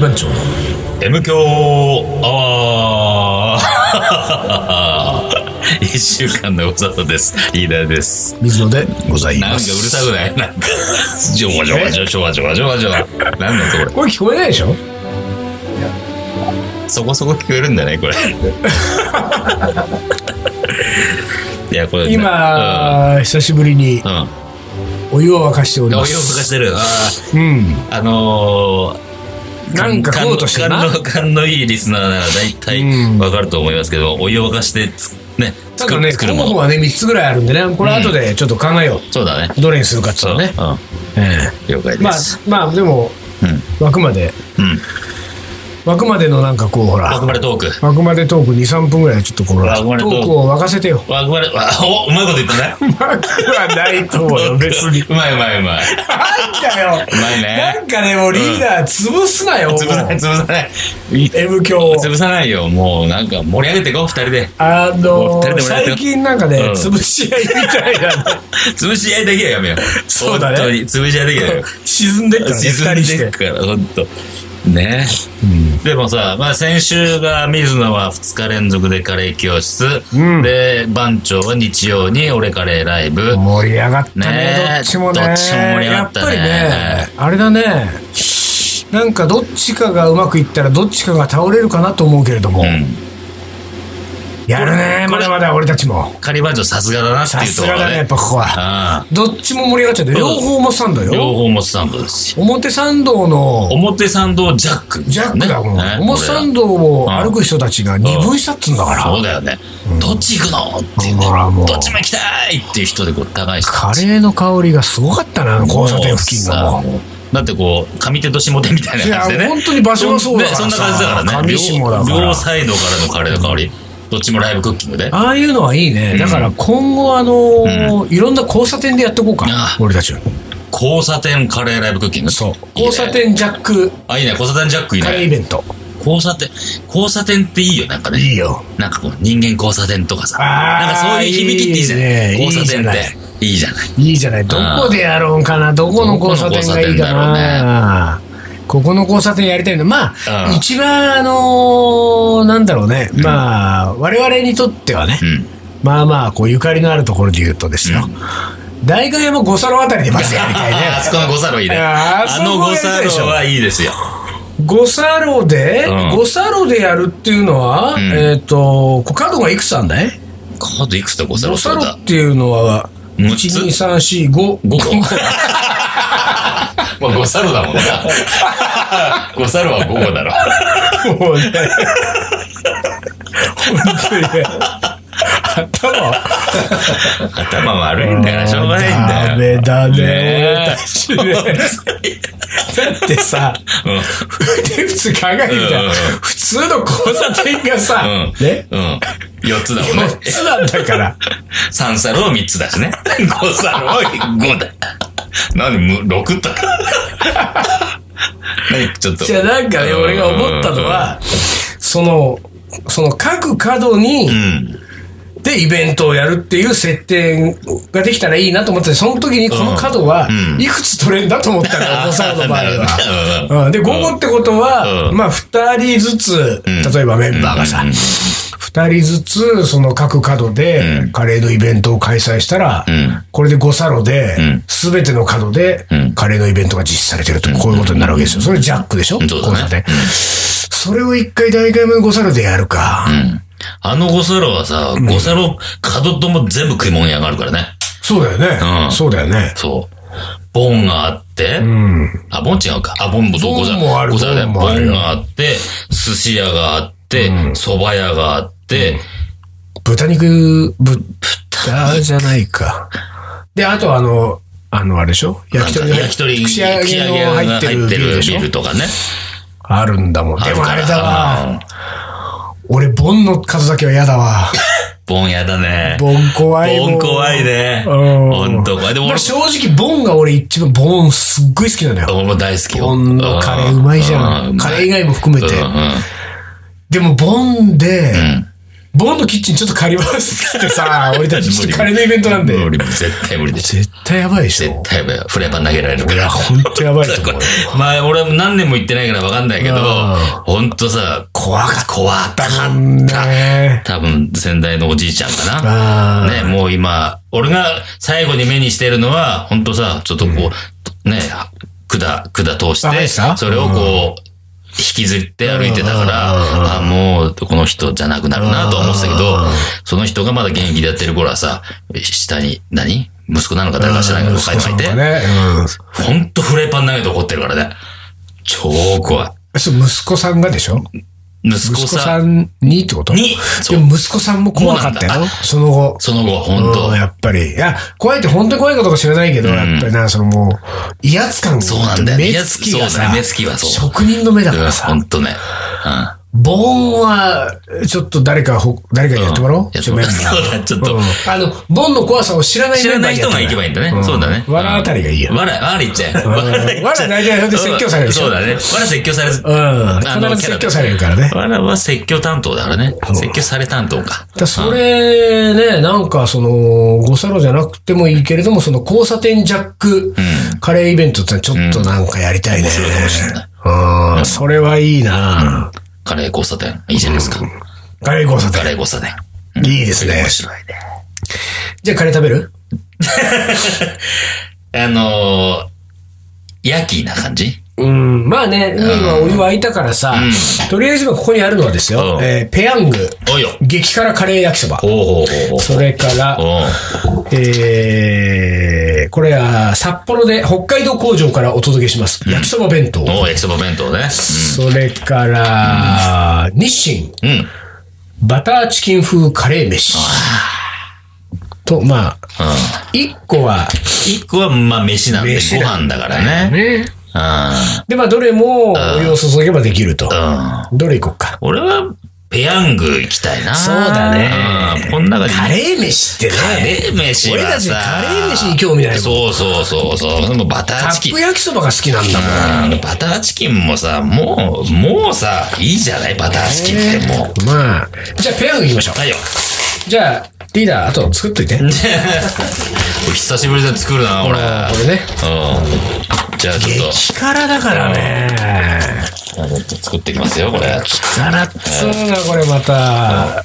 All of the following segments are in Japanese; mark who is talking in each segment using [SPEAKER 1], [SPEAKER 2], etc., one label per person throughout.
[SPEAKER 1] 番町の
[SPEAKER 2] M 強アワー 一週間のご無沙汰です。リーダーです。
[SPEAKER 1] 水野でござい
[SPEAKER 2] なん
[SPEAKER 1] ま
[SPEAKER 2] かうる
[SPEAKER 1] す。
[SPEAKER 2] さくないなんか、ちょわちょわちょわちょわちょわちょわちょわ。なんだこ
[SPEAKER 1] これ聞こえないでしょ
[SPEAKER 2] れ。そこそこ聞こえるんだね、これ。いや、これ、ね、
[SPEAKER 1] 今、久しぶりに
[SPEAKER 2] うん、うん。
[SPEAKER 1] お湯を沸かしており
[SPEAKER 2] お湯を
[SPEAKER 1] ま
[SPEAKER 2] 沸か
[SPEAKER 1] す。
[SPEAKER 2] してる。あ
[SPEAKER 1] うん。
[SPEAKER 2] ーあのー、
[SPEAKER 1] なんか食おうとしてるな
[SPEAKER 2] 勘の勘のいいリスナーなら大
[SPEAKER 1] う
[SPEAKER 2] 体
[SPEAKER 1] ん
[SPEAKER 2] わかると思いますけど、お湯を沸かしてつ、ね、
[SPEAKER 1] た
[SPEAKER 2] 作
[SPEAKER 1] だ
[SPEAKER 2] る
[SPEAKER 1] ね、
[SPEAKER 2] 作
[SPEAKER 1] 候
[SPEAKER 2] るも
[SPEAKER 1] 補
[SPEAKER 2] の。
[SPEAKER 1] はね、3つぐらいあるんでね、これ後でちょっと考えよ
[SPEAKER 2] そうだね。
[SPEAKER 1] う。どれにするかっていうのね。え
[SPEAKER 2] うん。了解
[SPEAKER 1] えま
[SPEAKER 2] で
[SPEAKER 1] あ
[SPEAKER 2] す。、
[SPEAKER 1] まあ、でも、湧くまで、
[SPEAKER 2] うん。うん。
[SPEAKER 1] 湧くまでのなんかこう、ほ
[SPEAKER 2] ワ
[SPEAKER 1] ら
[SPEAKER 2] グ、マレトーク。
[SPEAKER 1] 湧くまでトーク2、3分ぐらいちょっとこう、ほら
[SPEAKER 2] 湧
[SPEAKER 1] ト
[SPEAKER 2] くまでトーク
[SPEAKER 1] ークを沸かせて よ。
[SPEAKER 2] ワグマレ、わお、うまいこと言ったね。
[SPEAKER 1] うまくはないと思うよ、別に。
[SPEAKER 2] うまいうまいうまい。
[SPEAKER 1] なんだよ。
[SPEAKER 2] うまい
[SPEAKER 1] な
[SPEAKER 2] ね
[SPEAKER 1] ん。かね、もうリーダー潰すなよ。
[SPEAKER 2] 潰さない、潰
[SPEAKER 1] も
[SPEAKER 2] さない。
[SPEAKER 1] う M 教。
[SPEAKER 2] 潰さないよ。もうなんか盛り上げていこう、二人で。
[SPEAKER 1] あ
[SPEAKER 2] もう
[SPEAKER 1] の
[SPEAKER 2] 二人でもやって
[SPEAKER 1] 最
[SPEAKER 2] よ
[SPEAKER 1] 近なんかね、
[SPEAKER 2] うん
[SPEAKER 1] 潰し合いみたいな ね
[SPEAKER 2] 潰し合いだけはやめよう。
[SPEAKER 1] そうだね
[SPEAKER 2] 本当に潰し合いだけはやめよう。
[SPEAKER 1] 沈んでっからね、
[SPEAKER 2] 沈ん
[SPEAKER 1] 二人し。
[SPEAKER 2] でってから、ほんと。ねでもさ、まあ、先週が水野は2日連続でカレー教室、
[SPEAKER 1] うん
[SPEAKER 2] で番長は日曜に俺カレーライブ、
[SPEAKER 1] 盛り上がったね
[SPEAKER 2] ねえ
[SPEAKER 1] どっちもね
[SPEAKER 2] どっちも盛り上がっ
[SPEAKER 1] やっ
[SPEAKER 2] たね
[SPEAKER 1] ぱりねあれだねなんかどっちかがうまくいったらどっちかが倒れるかなと思うけれども、
[SPEAKER 2] うん、
[SPEAKER 1] やるね
[SPEAKER 2] こ
[SPEAKER 1] ま
[SPEAKER 2] れ
[SPEAKER 1] だまだ俺たちも
[SPEAKER 2] カリー番長さすがだなって
[SPEAKER 1] さ
[SPEAKER 2] いうと
[SPEAKER 1] す
[SPEAKER 2] ころ
[SPEAKER 1] がだねやっぱここは
[SPEAKER 2] あ
[SPEAKER 1] どっちも盛り上がっちゃって
[SPEAKER 2] ん
[SPEAKER 1] 両方もスタンド
[SPEAKER 2] あ両
[SPEAKER 1] よ
[SPEAKER 2] 方もスタンドですよ
[SPEAKER 1] 表参道の
[SPEAKER 2] 表参道ジャック
[SPEAKER 1] ジャックだもん、
[SPEAKER 2] ねね
[SPEAKER 1] 表参道を歩く人たちが二分したっつうんだから、
[SPEAKER 2] そうだよね、どっち行くのっていうね
[SPEAKER 1] ほらもう
[SPEAKER 2] どっちも行きたいっていう人でごった返して
[SPEAKER 1] カレーの香りがすごかったな、あの交差点付近がもう。
[SPEAKER 2] もうさだってこう上手と下手みたい
[SPEAKER 1] い
[SPEAKER 2] な
[SPEAKER 1] や
[SPEAKER 2] 感じでね
[SPEAKER 1] 本当に場所がそうだからさ
[SPEAKER 2] ねそんな感じだからね
[SPEAKER 1] 上下だから
[SPEAKER 2] 両両サイドからのカレーの香りどっちもライブクッキングで
[SPEAKER 1] ああいうのはいいね。だから今後、あのーいろんな交差点でやっていこうか
[SPEAKER 2] あ。
[SPEAKER 1] 俺たちは。
[SPEAKER 2] 交差点カレーライブクッキング
[SPEAKER 1] そう。
[SPEAKER 2] いいね
[SPEAKER 1] 交差点ジャック
[SPEAKER 2] あいいね交差点ジャックいい
[SPEAKER 1] カレーイ
[SPEAKER 2] ね
[SPEAKER 1] ベント。
[SPEAKER 2] 交差点交差点っていいよなんかね
[SPEAKER 1] いいよ。
[SPEAKER 2] なんかこう人間交差点とかさ
[SPEAKER 1] あー
[SPEAKER 2] なんかそういう響きっていいじゃない
[SPEAKER 1] いいね
[SPEAKER 2] 交差点
[SPEAKER 1] いいじゃ
[SPEAKER 2] っ
[SPEAKER 1] ない
[SPEAKER 2] ていいじゃない
[SPEAKER 1] いいじゃない。どこでやろうかな。どこの交差点がいいかな。ここの交差点やりたいの。まあ、
[SPEAKER 2] うん
[SPEAKER 1] 一番、あのーなんだろうね。まあ、我々にとってはね、
[SPEAKER 2] うん
[SPEAKER 1] まあまあ、こう、ゆかりのあるところで言うとですよ。大河山五皿あたりでまずやりたいね。
[SPEAKER 2] ああそこの五サロいいね
[SPEAKER 1] あー
[SPEAKER 2] あの五サ
[SPEAKER 1] あそこやりたいでし
[SPEAKER 2] ロ
[SPEAKER 1] ょ
[SPEAKER 2] はいいですよ
[SPEAKER 1] 五サロで、
[SPEAKER 2] うん
[SPEAKER 1] 五サロでやるっていうのは、
[SPEAKER 2] ん
[SPEAKER 1] えっ、と、こう角がいくつあんだい
[SPEAKER 2] カードいくつだ五サロ
[SPEAKER 1] 五
[SPEAKER 2] そ
[SPEAKER 1] サ
[SPEAKER 2] う
[SPEAKER 1] ロ
[SPEAKER 2] だ
[SPEAKER 1] っていうのは、
[SPEAKER 2] 六つ
[SPEAKER 1] 1,2,3,4,5。五
[SPEAKER 2] 5個。まあ、5サロ だもんな。5サロは5個だろ。
[SPEAKER 1] もうね。本当にね。頭。
[SPEAKER 2] 頭悪いんだから、しょうがない
[SPEAKER 1] ダ
[SPEAKER 2] んだよ。
[SPEAKER 1] メだね
[SPEAKER 2] ね。
[SPEAKER 1] 私ねだってさ、で普通考えてみた
[SPEAKER 2] うんうんう
[SPEAKER 1] ら
[SPEAKER 2] ん、
[SPEAKER 1] 普通の交差点がさ、
[SPEAKER 2] うん。
[SPEAKER 1] ね、
[SPEAKER 2] うん。4つだもんね
[SPEAKER 1] 4。つなんだから。
[SPEAKER 2] 3サロは3つだしね。5サロは5だ。なんで、6とか。 何ちょっと。
[SPEAKER 1] じゃあなんかね、俺が思ったのは、その、その各角に、
[SPEAKER 2] うん。
[SPEAKER 1] でイベントをやるっていう設定ができたらいいなと思って、その時にこの角は
[SPEAKER 2] うんう、ん
[SPEAKER 1] いくつ取れんだと思った の、お子さんの場合は。
[SPEAKER 2] は。
[SPEAKER 1] うんで、午後ってことは、
[SPEAKER 2] うん
[SPEAKER 1] まあ、二人ずつ、
[SPEAKER 2] ん
[SPEAKER 1] 例えばメンバーがさ、二人ずつ、その各角
[SPEAKER 2] う
[SPEAKER 1] で
[SPEAKER 2] ん、
[SPEAKER 1] カレーのイベントを開催したら
[SPEAKER 2] ん、
[SPEAKER 1] これで5サロで
[SPEAKER 2] ん、
[SPEAKER 1] すべての角で
[SPEAKER 2] ん、
[SPEAKER 1] カレーのイベントが実施されてると、こういうことになるわけですよ。それジャックでしょ
[SPEAKER 2] うんそうだね
[SPEAKER 1] 交差点それを一回大会目の5サロでやるか。
[SPEAKER 2] あの5サロはさ、5サロ角とも全部食い物屋があるからね。
[SPEAKER 1] そうだよね。
[SPEAKER 2] うん
[SPEAKER 1] そうだよね。
[SPEAKER 2] そう。ボンがあって、
[SPEAKER 1] うん。
[SPEAKER 2] あ、ボン違うか。あ、ボンもどこじゃ。
[SPEAKER 1] ボンもある
[SPEAKER 2] ここじゃない
[SPEAKER 1] ボン
[SPEAKER 2] ボ
[SPEAKER 1] もある
[SPEAKER 2] ンがあって、寿司屋があって、蕎麦屋があって、
[SPEAKER 1] 豚肉、ぶ、豚じゃないか。で、あとあの、あの、あれでしょ
[SPEAKER 2] なん
[SPEAKER 1] 焼き
[SPEAKER 2] か
[SPEAKER 1] 鳥の、
[SPEAKER 2] 焼き鳥、
[SPEAKER 1] 串揚
[SPEAKER 2] 串
[SPEAKER 1] げの入ってるビールでし
[SPEAKER 2] ビ
[SPEAKER 1] ょ
[SPEAKER 2] ールとかね。
[SPEAKER 1] あるんだもん。で
[SPEAKER 2] る
[SPEAKER 1] も
[SPEAKER 2] か
[SPEAKER 1] あ
[SPEAKER 2] ら
[SPEAKER 1] れだわ。。俺、ボンの数だけは嫌だわ。
[SPEAKER 2] ボン屋だね。
[SPEAKER 1] ボン怖いもん
[SPEAKER 2] ボン怖いね。
[SPEAKER 1] うん
[SPEAKER 2] ほんと怖い。でも
[SPEAKER 1] ま
[SPEAKER 2] 俺
[SPEAKER 1] あ正直、ボンが俺一番、ボンすっごい好きなのよ。
[SPEAKER 2] 俺も大好きよ。
[SPEAKER 1] ボンのカレーうまいじゃん
[SPEAKER 2] う
[SPEAKER 1] カレー以外も含めて
[SPEAKER 2] うんうん
[SPEAKER 1] でも、ボンで、
[SPEAKER 2] うん
[SPEAKER 1] ボンのキッチンちょっと借りますって さ、俺たちちょっと金のイベントなんで。
[SPEAKER 2] 無理無理絶対無理でしょ。
[SPEAKER 1] 絶対やばいでし
[SPEAKER 2] 絶
[SPEAKER 1] ょ。
[SPEAKER 2] 対やばいフライパン投げられるか
[SPEAKER 1] いや、
[SPEAKER 2] ら。
[SPEAKER 1] ほんとやばいと 思うよ。
[SPEAKER 2] まあ、俺は何年も行ってないから分かんないけど
[SPEAKER 1] あ、
[SPEAKER 2] ほんとさ、怖かった。怖かった。
[SPEAKER 1] だもんね。
[SPEAKER 2] 多分、先代のおじいちゃんかな。
[SPEAKER 1] あ
[SPEAKER 2] ね、もう今、俺が最後に目にしてるのは、ほんとさ、ちょっとこう、ね、管、管通
[SPEAKER 1] あで
[SPEAKER 2] し
[SPEAKER 1] した
[SPEAKER 2] て、それをこう、引きずって歩いてたから、あもう、この人じゃなくなるなと思ってたけど
[SPEAKER 1] うん、
[SPEAKER 2] その人がまだ現役でやってる頃はさ、下に、何息子なのか誰か知らない
[SPEAKER 1] あ。
[SPEAKER 2] けど、
[SPEAKER 1] 息
[SPEAKER 2] 若い
[SPEAKER 1] 子さ
[SPEAKER 2] のがい
[SPEAKER 1] ん
[SPEAKER 2] て
[SPEAKER 1] が。ね。
[SPEAKER 2] ほんとフライパン投げて怒ってるからね。超怖い。
[SPEAKER 1] うん。そう、息子さんがでしょ
[SPEAKER 2] 息
[SPEAKER 1] 息
[SPEAKER 2] 子
[SPEAKER 1] 子
[SPEAKER 2] さ
[SPEAKER 1] さ
[SPEAKER 2] ん
[SPEAKER 1] んにってこと
[SPEAKER 2] に、
[SPEAKER 1] で
[SPEAKER 2] そう
[SPEAKER 1] も息子さんも怖かった
[SPEAKER 2] もう
[SPEAKER 1] よ
[SPEAKER 2] なん。
[SPEAKER 1] その後。
[SPEAKER 2] その後はほんと
[SPEAKER 1] うん、やっぱり。いや、怖いって本当に怖いことか知らないけど、やっぱりな、そのもう、威圧感
[SPEAKER 2] そうなんだよね
[SPEAKER 1] 目つきが
[SPEAKER 2] そうだ
[SPEAKER 1] さ、
[SPEAKER 2] ね目つきはそう
[SPEAKER 1] 職人の目だ
[SPEAKER 2] う
[SPEAKER 1] か
[SPEAKER 2] ん
[SPEAKER 1] ら
[SPEAKER 2] ほ
[SPEAKER 1] さ、
[SPEAKER 2] んとね。うん。
[SPEAKER 1] ボンは、ちょっと誰かほ、誰かにやってもらおう。
[SPEAKER 2] や
[SPEAKER 1] ちょっとメンバー
[SPEAKER 2] そうだ、ちょっ
[SPEAKER 1] う
[SPEAKER 2] と
[SPEAKER 1] ん。あの、ボンの怖さを知らない
[SPEAKER 2] 知らな
[SPEAKER 1] メ
[SPEAKER 2] い
[SPEAKER 1] ン
[SPEAKER 2] 人
[SPEAKER 1] バー
[SPEAKER 2] が
[SPEAKER 1] にや
[SPEAKER 2] 行
[SPEAKER 1] って
[SPEAKER 2] け
[SPEAKER 1] も
[SPEAKER 2] ば
[SPEAKER 1] ら
[SPEAKER 2] い
[SPEAKER 1] うん
[SPEAKER 2] いだね。そうだね。
[SPEAKER 1] わらあたりがいいよ。
[SPEAKER 2] わら、わら行っちゃえ。
[SPEAKER 1] わら大丈夫で説教されるでしょ
[SPEAKER 2] そうだね。わら説教される。あ
[SPEAKER 1] う
[SPEAKER 2] の
[SPEAKER 1] ん。必ず説教されるからね。だか
[SPEAKER 2] わらは説教担当だからね。説教され担当か。
[SPEAKER 1] らそれね、なんかその、ゴサロじゃなくてもいいけれども、その交差点ジャックカレーイベントってのはちょっとなんかやりたいね。
[SPEAKER 2] 面白いかもしれない。
[SPEAKER 1] うん、それはいいな、
[SPEAKER 2] カレー交差点。いいじゃないですか。
[SPEAKER 1] カレー交差
[SPEAKER 2] カ
[SPEAKER 1] 点。
[SPEAKER 2] レー交差点。
[SPEAKER 1] いいですね
[SPEAKER 2] 面。白いね。
[SPEAKER 1] じゃあカレー食べる
[SPEAKER 2] あのー、ヤキな感じ
[SPEAKER 1] うん、まあね、海はお湯沸いたからさ、とりあえずここにあるのはですよ、
[SPEAKER 2] うん
[SPEAKER 1] えーペヤング、
[SPEAKER 2] おいよ。
[SPEAKER 1] 激辛カレー焼きそば。
[SPEAKER 2] ほうほうほうほう。
[SPEAKER 1] それから、
[SPEAKER 2] おう
[SPEAKER 1] えー、これは札幌で北海道工場からお届けします。焼きそば弁当。
[SPEAKER 2] おう焼きそば弁当ね。
[SPEAKER 1] それから、日清
[SPEAKER 2] うん。
[SPEAKER 1] バターチキン風カレー飯。と、まあ、一個は、
[SPEAKER 2] 一個は、まあ、飯なんで、
[SPEAKER 1] 飯
[SPEAKER 2] ご
[SPEAKER 1] な
[SPEAKER 2] 飯だからね。う
[SPEAKER 1] で、まあ、どれもお湯を注げばできると。
[SPEAKER 2] ん。うん。
[SPEAKER 1] どれいこうか。
[SPEAKER 2] 俺は、ペヤング行きたいな。
[SPEAKER 1] そうだね
[SPEAKER 2] うんこの中で。
[SPEAKER 1] カレー飯ってね。
[SPEAKER 2] カレー飯は
[SPEAKER 1] 俺
[SPEAKER 2] さ
[SPEAKER 1] たちカレー飯に興味ないもん
[SPEAKER 2] そうそうそうそう。でもバタ
[SPEAKER 1] カ
[SPEAKER 2] ーチキ
[SPEAKER 1] ッ
[SPEAKER 2] ン
[SPEAKER 1] プ。焼きそばが好きなんだもん。
[SPEAKER 2] うんバターチキンもさ、もう、もうさ、いいじゃないバターチキンってもう。
[SPEAKER 1] まあ、じゃあペヤング行きましょ
[SPEAKER 2] はいよ。
[SPEAKER 1] う。じゃあ、リーダー、あと作っといて。こ
[SPEAKER 2] 久しぶりだ作るな、俺。う
[SPEAKER 1] れね。
[SPEAKER 2] ん。じゃあちょっ
[SPEAKER 1] 激辛だからね。
[SPEAKER 2] と、作ってきますよ、これ。
[SPEAKER 1] 辛っつうな、これまた。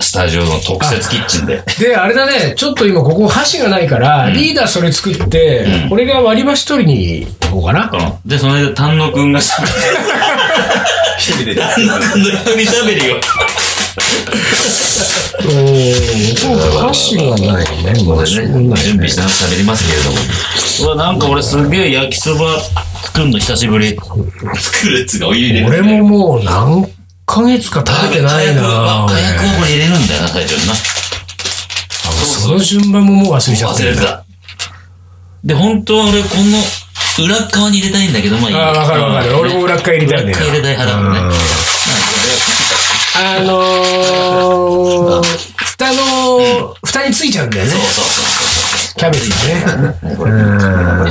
[SPEAKER 2] スタジオの特設キッチンで。
[SPEAKER 1] で、あれだね、ちょっと今ここ箸がないから、リーダーそれ作って、俺が割り箸取りに行こうかな。
[SPEAKER 2] うん。で、その間、丹野くんがしゃ べる。丹野くんの一人喋りを。
[SPEAKER 1] おー箸がないね、もうしょうがない
[SPEAKER 2] 準備しながら喋りますけれども。うわ、なんか俺すげえ焼きそば作るの久しぶり。作るっつうかお湯入れる。
[SPEAKER 1] 俺ももう何ヶ月か食べてないな
[SPEAKER 2] 火薬をこれ入れるんだよな、最初にな。
[SPEAKER 1] その順番ももう忘れちゃって
[SPEAKER 2] 忘
[SPEAKER 1] る
[SPEAKER 2] れ。てた。で、本当は俺この裏側に入れたいんだけど、まあいい
[SPEAKER 1] あ
[SPEAKER 2] や
[SPEAKER 1] あ、わかるわかる。俺も裏っ側入れた
[SPEAKER 2] 裏
[SPEAKER 1] いんだ
[SPEAKER 2] 側入れ
[SPEAKER 1] よ。
[SPEAKER 2] たい派だもんね。なんか
[SPEAKER 1] あのー、蓋の、蓋についちゃうんだよね
[SPEAKER 2] 俺。そうそうそうそう。
[SPEAKER 1] キャベツがね。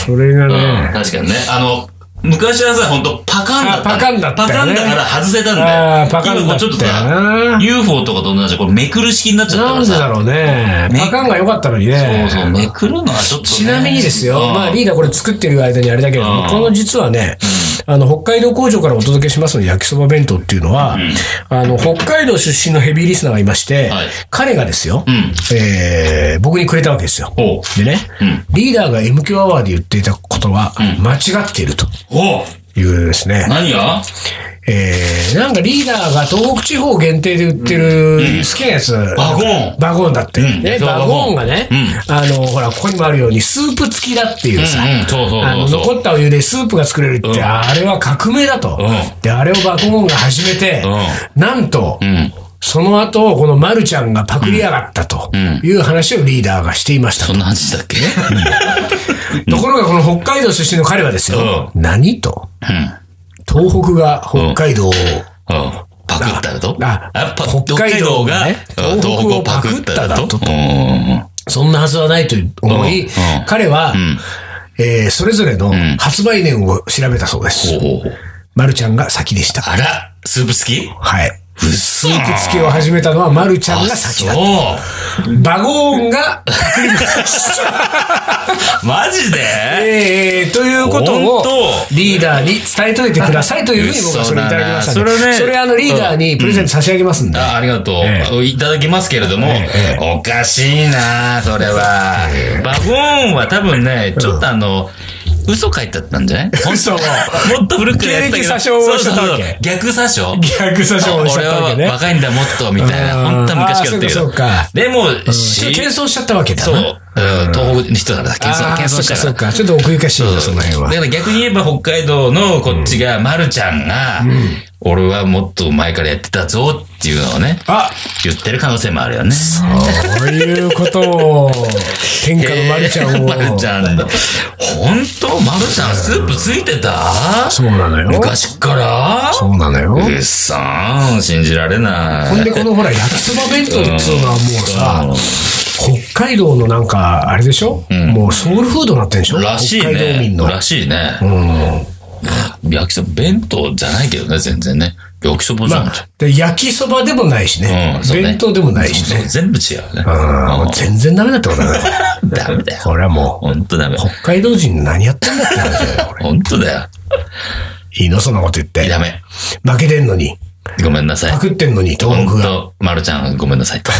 [SPEAKER 1] それが
[SPEAKER 2] うん、
[SPEAKER 1] ね、
[SPEAKER 2] 確かにね。あの、昔はさ、ほんとパカンだったの。
[SPEAKER 1] あパカンだったよね
[SPEAKER 2] パカンだから外せたんだ
[SPEAKER 1] あ
[SPEAKER 2] よ
[SPEAKER 1] あ、。パカンだ
[SPEAKER 2] 今
[SPEAKER 1] っ
[SPEAKER 2] ちょっと
[SPEAKER 1] たよ
[SPEAKER 2] さ、
[SPEAKER 1] な。
[SPEAKER 2] UFO とかと同じでこれめくる式になっちゃったか
[SPEAKER 1] なん
[SPEAKER 2] ら
[SPEAKER 1] で
[SPEAKER 2] さ。
[SPEAKER 1] だろうね。
[SPEAKER 2] ね
[SPEAKER 1] パカンが良かったのに
[SPEAKER 2] そ
[SPEAKER 1] ね
[SPEAKER 2] う。そう、めくるのはちょっと、ね。
[SPEAKER 1] ちなみにですよ、
[SPEAKER 2] うん
[SPEAKER 1] まあリーダーこれ作ってる間にあれだけれど
[SPEAKER 2] う
[SPEAKER 1] も、
[SPEAKER 2] ん
[SPEAKER 1] この実はね、あの、北海道工場からお届けしますの焼きそば弁当っていうのは、あの、北海道出身のヘビーリスナーがいまして
[SPEAKER 2] はい、
[SPEAKER 1] 彼がですよ
[SPEAKER 2] う、ん。
[SPEAKER 1] えー僕にくれたわけですよ。
[SPEAKER 2] おう。
[SPEAKER 1] でね、リーダーが MQ アワーで言っていたことは、間違っていると
[SPEAKER 2] おう
[SPEAKER 1] いうですね、
[SPEAKER 2] 何が
[SPEAKER 1] えー、なんかリーダーが東北地方限定で売ってる好きなやつ、
[SPEAKER 2] バゴン
[SPEAKER 1] バゴンだって。
[SPEAKER 2] うん
[SPEAKER 1] ね、
[SPEAKER 2] そう
[SPEAKER 1] バゴンがね、
[SPEAKER 2] う
[SPEAKER 1] あの、ほら、ここにもあるように、スープ付きだっていうさ、
[SPEAKER 2] うんうんそうそうそうそう
[SPEAKER 1] あの残ったお湯でスープが作れるって、
[SPEAKER 2] うん
[SPEAKER 1] あれは革命だと、
[SPEAKER 2] うん
[SPEAKER 1] で、あれをバゴンが始めて、なんと、
[SPEAKER 2] うん。
[SPEAKER 1] その後、このマルちゃんがパクりやがったという話をリーダーがしていました
[SPEAKER 2] そ。んな話だっけ
[SPEAKER 1] ところが、この北海道出身の彼はですよ、何と、
[SPEAKER 2] うん。
[SPEAKER 1] 東北が北海道を、
[SPEAKER 2] うん。パクったらと
[SPEAKER 1] あ
[SPEAKER 2] やっぱ
[SPEAKER 1] 北
[SPEAKER 2] 北
[SPEAKER 1] 海
[SPEAKER 2] 海
[SPEAKER 1] 道
[SPEAKER 2] 道
[SPEAKER 1] が
[SPEAKER 2] が
[SPEAKER 1] ね
[SPEAKER 2] うん東北をパクったら
[SPEAKER 1] 東北
[SPEAKER 2] と
[SPEAKER 1] をパク
[SPEAKER 2] うんうんうん
[SPEAKER 1] そんなはずはないと思い、
[SPEAKER 2] うんうん
[SPEAKER 1] 彼は、えーそれぞれの発売年を調べたそうです。
[SPEAKER 2] ほうほうほう。
[SPEAKER 1] まるちゃんが先でした。
[SPEAKER 2] あら、スープ好き
[SPEAKER 1] はい。
[SPEAKER 2] 嘘
[SPEAKER 1] スープ付けを始めたのは、まるちゃんが先だ。バゴーンが、
[SPEAKER 2] そう。マジで
[SPEAKER 1] えー、ということを
[SPEAKER 2] 本当
[SPEAKER 1] リーダーに伝えといてくださいというふうに僕はそれいただきましたんで
[SPEAKER 2] 嘘だなそれね
[SPEAKER 1] それあのリーダーにプレゼント差し上げますんで。
[SPEAKER 2] あありがとう、
[SPEAKER 1] え
[SPEAKER 2] いただきますけれども、おかしいなそれは。バゴーンは多分ね、ちょっとあの、嘘書いてあったんじゃない
[SPEAKER 1] 嘘を
[SPEAKER 2] もっと古くやったけ
[SPEAKER 1] 経歴
[SPEAKER 2] ど。
[SPEAKER 1] 詐称をしちゃったわけ
[SPEAKER 2] そうそうそう逆詐称
[SPEAKER 1] 逆差し上げちゃ
[SPEAKER 2] 俺
[SPEAKER 1] ったわ
[SPEAKER 2] は
[SPEAKER 1] けね。
[SPEAKER 2] 若いんだもっと、みたいな。
[SPEAKER 1] うん
[SPEAKER 2] 本当は昔から言ってる
[SPEAKER 1] あー
[SPEAKER 2] け
[SPEAKER 1] そうかそ
[SPEAKER 2] ど
[SPEAKER 1] うか。
[SPEAKER 2] でも、
[SPEAKER 1] ちょっ
[SPEAKER 2] し
[SPEAKER 1] と謙遜しちゃったわけだ
[SPEAKER 2] そう、
[SPEAKER 1] な。
[SPEAKER 2] うん東北の人だから、謙遜、
[SPEAKER 1] あー
[SPEAKER 2] 謙遜し
[SPEAKER 1] そ
[SPEAKER 2] た
[SPEAKER 1] うか
[SPEAKER 2] か
[SPEAKER 1] そ
[SPEAKER 2] ら
[SPEAKER 1] う。か。ちょっと奥ゆかしいな、その辺は
[SPEAKER 2] だ。から逆に言えば北海道のこっちが、まるちゃんが、俺はもっと前からやってたぞっていうのをね、
[SPEAKER 1] あ
[SPEAKER 2] 言ってる可能性もあるよね。
[SPEAKER 1] そういうことを、天下のまるちゃんを。
[SPEAKER 2] まるちゃんだ。本当まるちゃんスープついてた
[SPEAKER 1] そうなのよ。
[SPEAKER 2] 昔から
[SPEAKER 1] そうなのよ。
[SPEAKER 2] うっさーん、信じられない。
[SPEAKER 1] ほんで、このほら、焼きそば弁当っていうのはもうさ、北海道のなんか、あれでしょ、もうソウルフードになってんでしょ
[SPEAKER 2] らしい
[SPEAKER 1] 北海道
[SPEAKER 2] ね
[SPEAKER 1] 民。の。
[SPEAKER 2] らしいね。焼きそば、弁当じゃないけどね、全然ね。焼きそばじゃん。
[SPEAKER 1] で焼きそばでもないしね。
[SPEAKER 2] うんそうね
[SPEAKER 1] 弁当でもないし
[SPEAKER 2] そうそう
[SPEAKER 1] ね。
[SPEAKER 2] 全部違うね。
[SPEAKER 1] うんもう全然ダメだってことだね。
[SPEAKER 2] ダメだよ。
[SPEAKER 1] これはもう、
[SPEAKER 2] ほんとダメ。
[SPEAKER 1] 北海道人何やってんだって話だ よ。
[SPEAKER 2] ほんとだよ。
[SPEAKER 1] いいのそんなこと言って
[SPEAKER 2] ダ。メ。
[SPEAKER 1] 負けてんのに、
[SPEAKER 2] ごめんなさい
[SPEAKER 1] パ。クってんのに、
[SPEAKER 2] ほ
[SPEAKER 1] 東
[SPEAKER 2] ん
[SPEAKER 1] 北が。
[SPEAKER 2] と、まるちゃん、ごめんなさい と。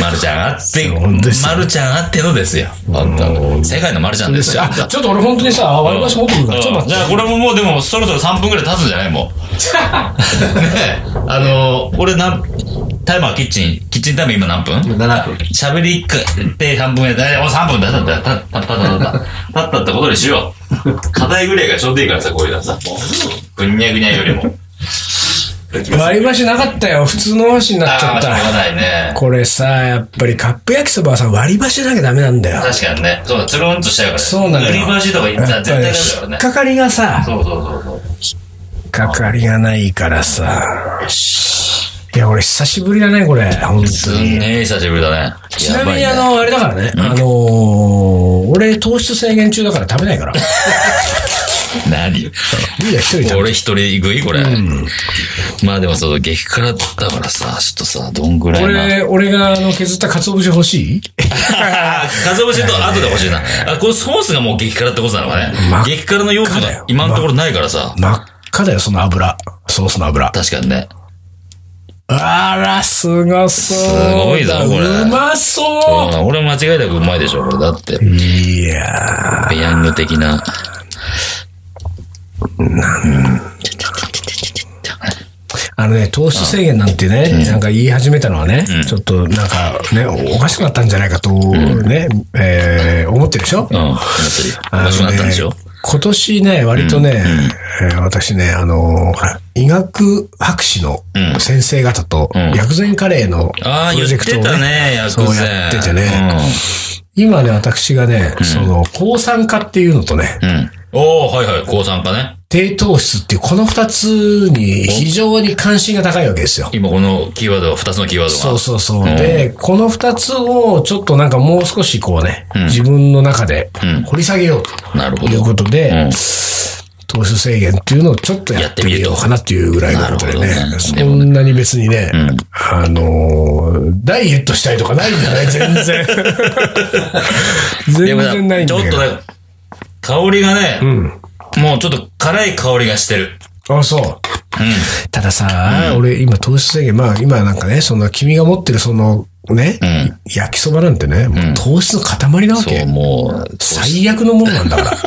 [SPEAKER 2] まるちゃんあって、
[SPEAKER 1] ほんとですよ
[SPEAKER 2] まるちゃんあってのですよ。ほんと。世界のまるちゃんですよ。
[SPEAKER 1] あ、ちょっと俺本当にさ、割り箸持ってくるから、ちょっと
[SPEAKER 2] じ
[SPEAKER 1] 待っ
[SPEAKER 2] ゃあ、これももうでも、そろそろ3分ぐらい経つんじゃないも う。ねえあのー、俺なん、タイマーキッチン、キッチンタイム今何分
[SPEAKER 3] 7分。
[SPEAKER 2] 喋りかって半分やった。えお、3分だ、だった、だった、だった、だった、だった、だったってことにしよ う。硬いぐらいがちょうどいいからさ、こういうのはさ、もう、ぐにゃぐにゃよ りも。
[SPEAKER 1] て。割り箸なかったよ。普通の箸になっちゃ
[SPEAKER 2] あ
[SPEAKER 1] っ
[SPEAKER 2] あ、しょう
[SPEAKER 1] た。
[SPEAKER 2] がないね。
[SPEAKER 1] これさ、やっぱりカップ焼きそばはさ、割り箸なきゃダメなんだよ。
[SPEAKER 2] 確かにね。そうだ、つるんとしちゃうから。
[SPEAKER 1] そうなのよ
[SPEAKER 2] 塗り箸とか言った
[SPEAKER 1] や
[SPEAKER 2] ら
[SPEAKER 1] っぱ
[SPEAKER 2] 絶
[SPEAKER 1] りね
[SPEAKER 2] 対ダメ
[SPEAKER 1] 引
[SPEAKER 2] だ
[SPEAKER 1] っ
[SPEAKER 2] からね。
[SPEAKER 1] かかりがさ、
[SPEAKER 2] そうそうそうそう。
[SPEAKER 1] 引っかかりがないからさ。いや、俺久しぶりだね、これ。本
[SPEAKER 2] す
[SPEAKER 1] 当に。
[SPEAKER 2] んげえ久しぶりだね。
[SPEAKER 1] ちなみに
[SPEAKER 2] やば
[SPEAKER 1] あ
[SPEAKER 2] いね
[SPEAKER 1] の、あれだからね、あのー、俺糖質制限中だから食べない から。
[SPEAKER 2] 何
[SPEAKER 1] リーダー一人食べる
[SPEAKER 2] 俺一人食いこれ。まあでもその激辛だからさ、ちょっとさ、どんぐらいな。
[SPEAKER 1] 俺、俺があの削った鰹節欲しい
[SPEAKER 2] あー、かつお節と後で欲し いな。あ、このソースがもう激辛ってことなのかね
[SPEAKER 1] 真っ。赤
[SPEAKER 2] 激辛の要素
[SPEAKER 1] だ
[SPEAKER 2] が
[SPEAKER 1] よ
[SPEAKER 2] 今のところないからさ。
[SPEAKER 1] 真っ赤だよ、その油。ソースの油。
[SPEAKER 2] 確かにね。
[SPEAKER 1] あら、すごそうだ。
[SPEAKER 2] すごいぞこれ
[SPEAKER 1] うまそう
[SPEAKER 2] うん俺間違いなくうまいでしょ、これ。だって、
[SPEAKER 1] いや
[SPEAKER 2] ペヤング的な。
[SPEAKER 1] ーあのね、糖質制限なんてね、なんか言い始めたのはね、ちょっとなんかね、おかしくなったんじゃないかと、ね、えー思ってるでしょ
[SPEAKER 2] うん。思ってるよおかしくなったんでし
[SPEAKER 1] あ
[SPEAKER 2] ょ
[SPEAKER 1] のね今年ね、割とね、えー私ね、あのーほら医学博士の
[SPEAKER 2] うん
[SPEAKER 1] 先生方と、
[SPEAKER 2] ん
[SPEAKER 1] 薬膳カレーのプ
[SPEAKER 2] ああ、
[SPEAKER 1] ロ
[SPEAKER 2] 言っ
[SPEAKER 1] ジェクト
[SPEAKER 2] て
[SPEAKER 1] を
[SPEAKER 2] た
[SPEAKER 1] ね、
[SPEAKER 2] ね、薬
[SPEAKER 1] そう
[SPEAKER 2] 膳。
[SPEAKER 1] やっててね今ね、私がね、その、抗酸化っていうのとね、
[SPEAKER 2] うん。うん。おー、はいはい、高酸化ね。
[SPEAKER 1] 低糖質っていう、この二つに非常に関心が高いわけですよ。
[SPEAKER 2] 今このキーワード、二つのキーワードが。
[SPEAKER 1] そうそうそう。
[SPEAKER 2] ん
[SPEAKER 1] で、この二つをちょっとなんかもう少しこうね、自分の中で
[SPEAKER 2] うん
[SPEAKER 1] 掘り下げよう
[SPEAKER 2] なるほ
[SPEAKER 1] という
[SPEAKER 2] ど。
[SPEAKER 1] ことで、
[SPEAKER 2] うん
[SPEAKER 1] 糖質制限っていうのをちょっとやってみようかなっていうぐらいのことでね。
[SPEAKER 2] やってみると
[SPEAKER 1] そんなに別にね、あのーダイエットしたいとかないんじゃない全然。
[SPEAKER 2] で
[SPEAKER 1] 全
[SPEAKER 2] もさ
[SPEAKER 1] 然ないん
[SPEAKER 2] ち
[SPEAKER 1] だ
[SPEAKER 2] ょ
[SPEAKER 1] け
[SPEAKER 2] っと
[SPEAKER 1] ど。
[SPEAKER 2] ね、香りがね、もうちょっと辛い香りがしてる。
[SPEAKER 1] あ、そう。
[SPEAKER 2] う
[SPEAKER 1] たださ、俺今糖質制限、まあ今なんかね、その君が持ってるそのね、
[SPEAKER 2] ん
[SPEAKER 1] 焼きそばなんてね、もう糖質の塊なわ
[SPEAKER 2] ん。
[SPEAKER 1] け。
[SPEAKER 2] そう、もう。
[SPEAKER 1] 最悪のものなんだから。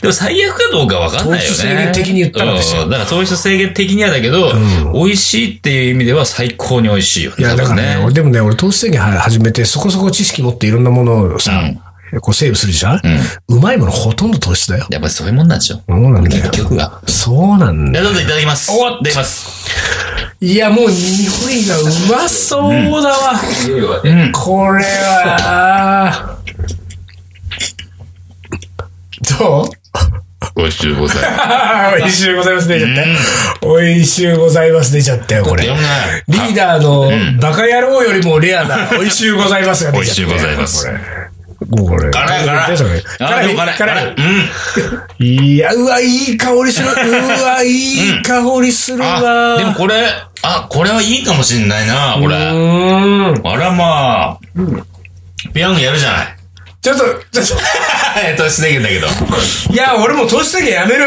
[SPEAKER 2] でも最悪かどうかわかんないよね。
[SPEAKER 1] 糖質制限的に言ったらですよ
[SPEAKER 2] うんだから糖質制限的にはだけど、美味しいっていう意味では最高に美味しいよね。
[SPEAKER 1] いや、だからね、
[SPEAKER 2] 多
[SPEAKER 1] 俺
[SPEAKER 2] 分
[SPEAKER 1] でもね、俺糖質制限は始めて、そこそこ知識持っていろんなものをさ、こうセーブするじゃん、うまいものほとんど糖質だよ。
[SPEAKER 2] やっぱりそういうもんなんでしょ。
[SPEAKER 1] そうなんだよ
[SPEAKER 2] 結。局が。
[SPEAKER 1] そうなん
[SPEAKER 2] い
[SPEAKER 1] だ
[SPEAKER 2] や、
[SPEAKER 1] よ。
[SPEAKER 2] どうぞいただきます。
[SPEAKER 1] おっ
[SPEAKER 2] いただきます。
[SPEAKER 1] いや、もう匂いがうまそうだわ。
[SPEAKER 2] うん。
[SPEAKER 1] これは、どう
[SPEAKER 2] 美味しゅうございま
[SPEAKER 1] あ ー美味しゅうございます出ちゃった。美味しゅうございます出ちゃったよ、 これ。
[SPEAKER 2] 読めない
[SPEAKER 1] リーダーのバカ野郎よりもレア な美味しゅうございますが出ちゃったよ。
[SPEAKER 2] 美味しゅうございます
[SPEAKER 1] これ。もうこれ。
[SPEAKER 2] 辛い辛い。
[SPEAKER 1] 辛い
[SPEAKER 2] あーでも辛い。
[SPEAKER 1] 辛
[SPEAKER 2] 辛
[SPEAKER 1] い。
[SPEAKER 2] い。うん。
[SPEAKER 1] いや、うわ、いい香りする。うわ、いい香りする
[SPEAKER 2] あ、でも
[SPEAKER 1] わ。
[SPEAKER 2] これ、あ、これはいいかもしんないな、これ。
[SPEAKER 1] うーん。
[SPEAKER 2] あらまあ。ペヤングやるじゃない。
[SPEAKER 1] ちょっと、ちょっ
[SPEAKER 2] え、 糖質制限だけど。
[SPEAKER 1] と、いや、俺もう糖質制限やめ る。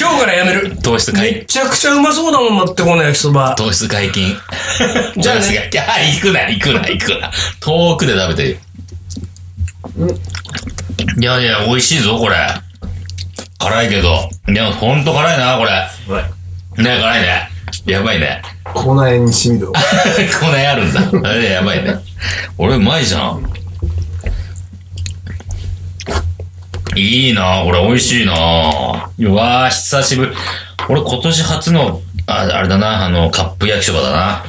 [SPEAKER 1] 今日からやめる。
[SPEAKER 2] 糖質
[SPEAKER 1] め
[SPEAKER 2] 解
[SPEAKER 1] ちゃくちゃうまそうだもん、待ってこの焼きそば。
[SPEAKER 2] 糖質解 禁。
[SPEAKER 1] じゃあね
[SPEAKER 2] 糖質解禁。あ、行くな、行くな、行くな。遠くで食べてるよ。いやいや、美味しいぞ、これ。辛いけど。いや、ほんと辛いな、これ。ね、辛いね。やばいね。
[SPEAKER 3] 口内炎にしみ る。
[SPEAKER 2] この辺あるんだ。あれやばいね。俺、うまいじゃん。いいなぁ、これ、美味しいなぁ。うわぁ、久しぶり。俺、今年初の、ああれだな、あの、カップ焼きそばだな。や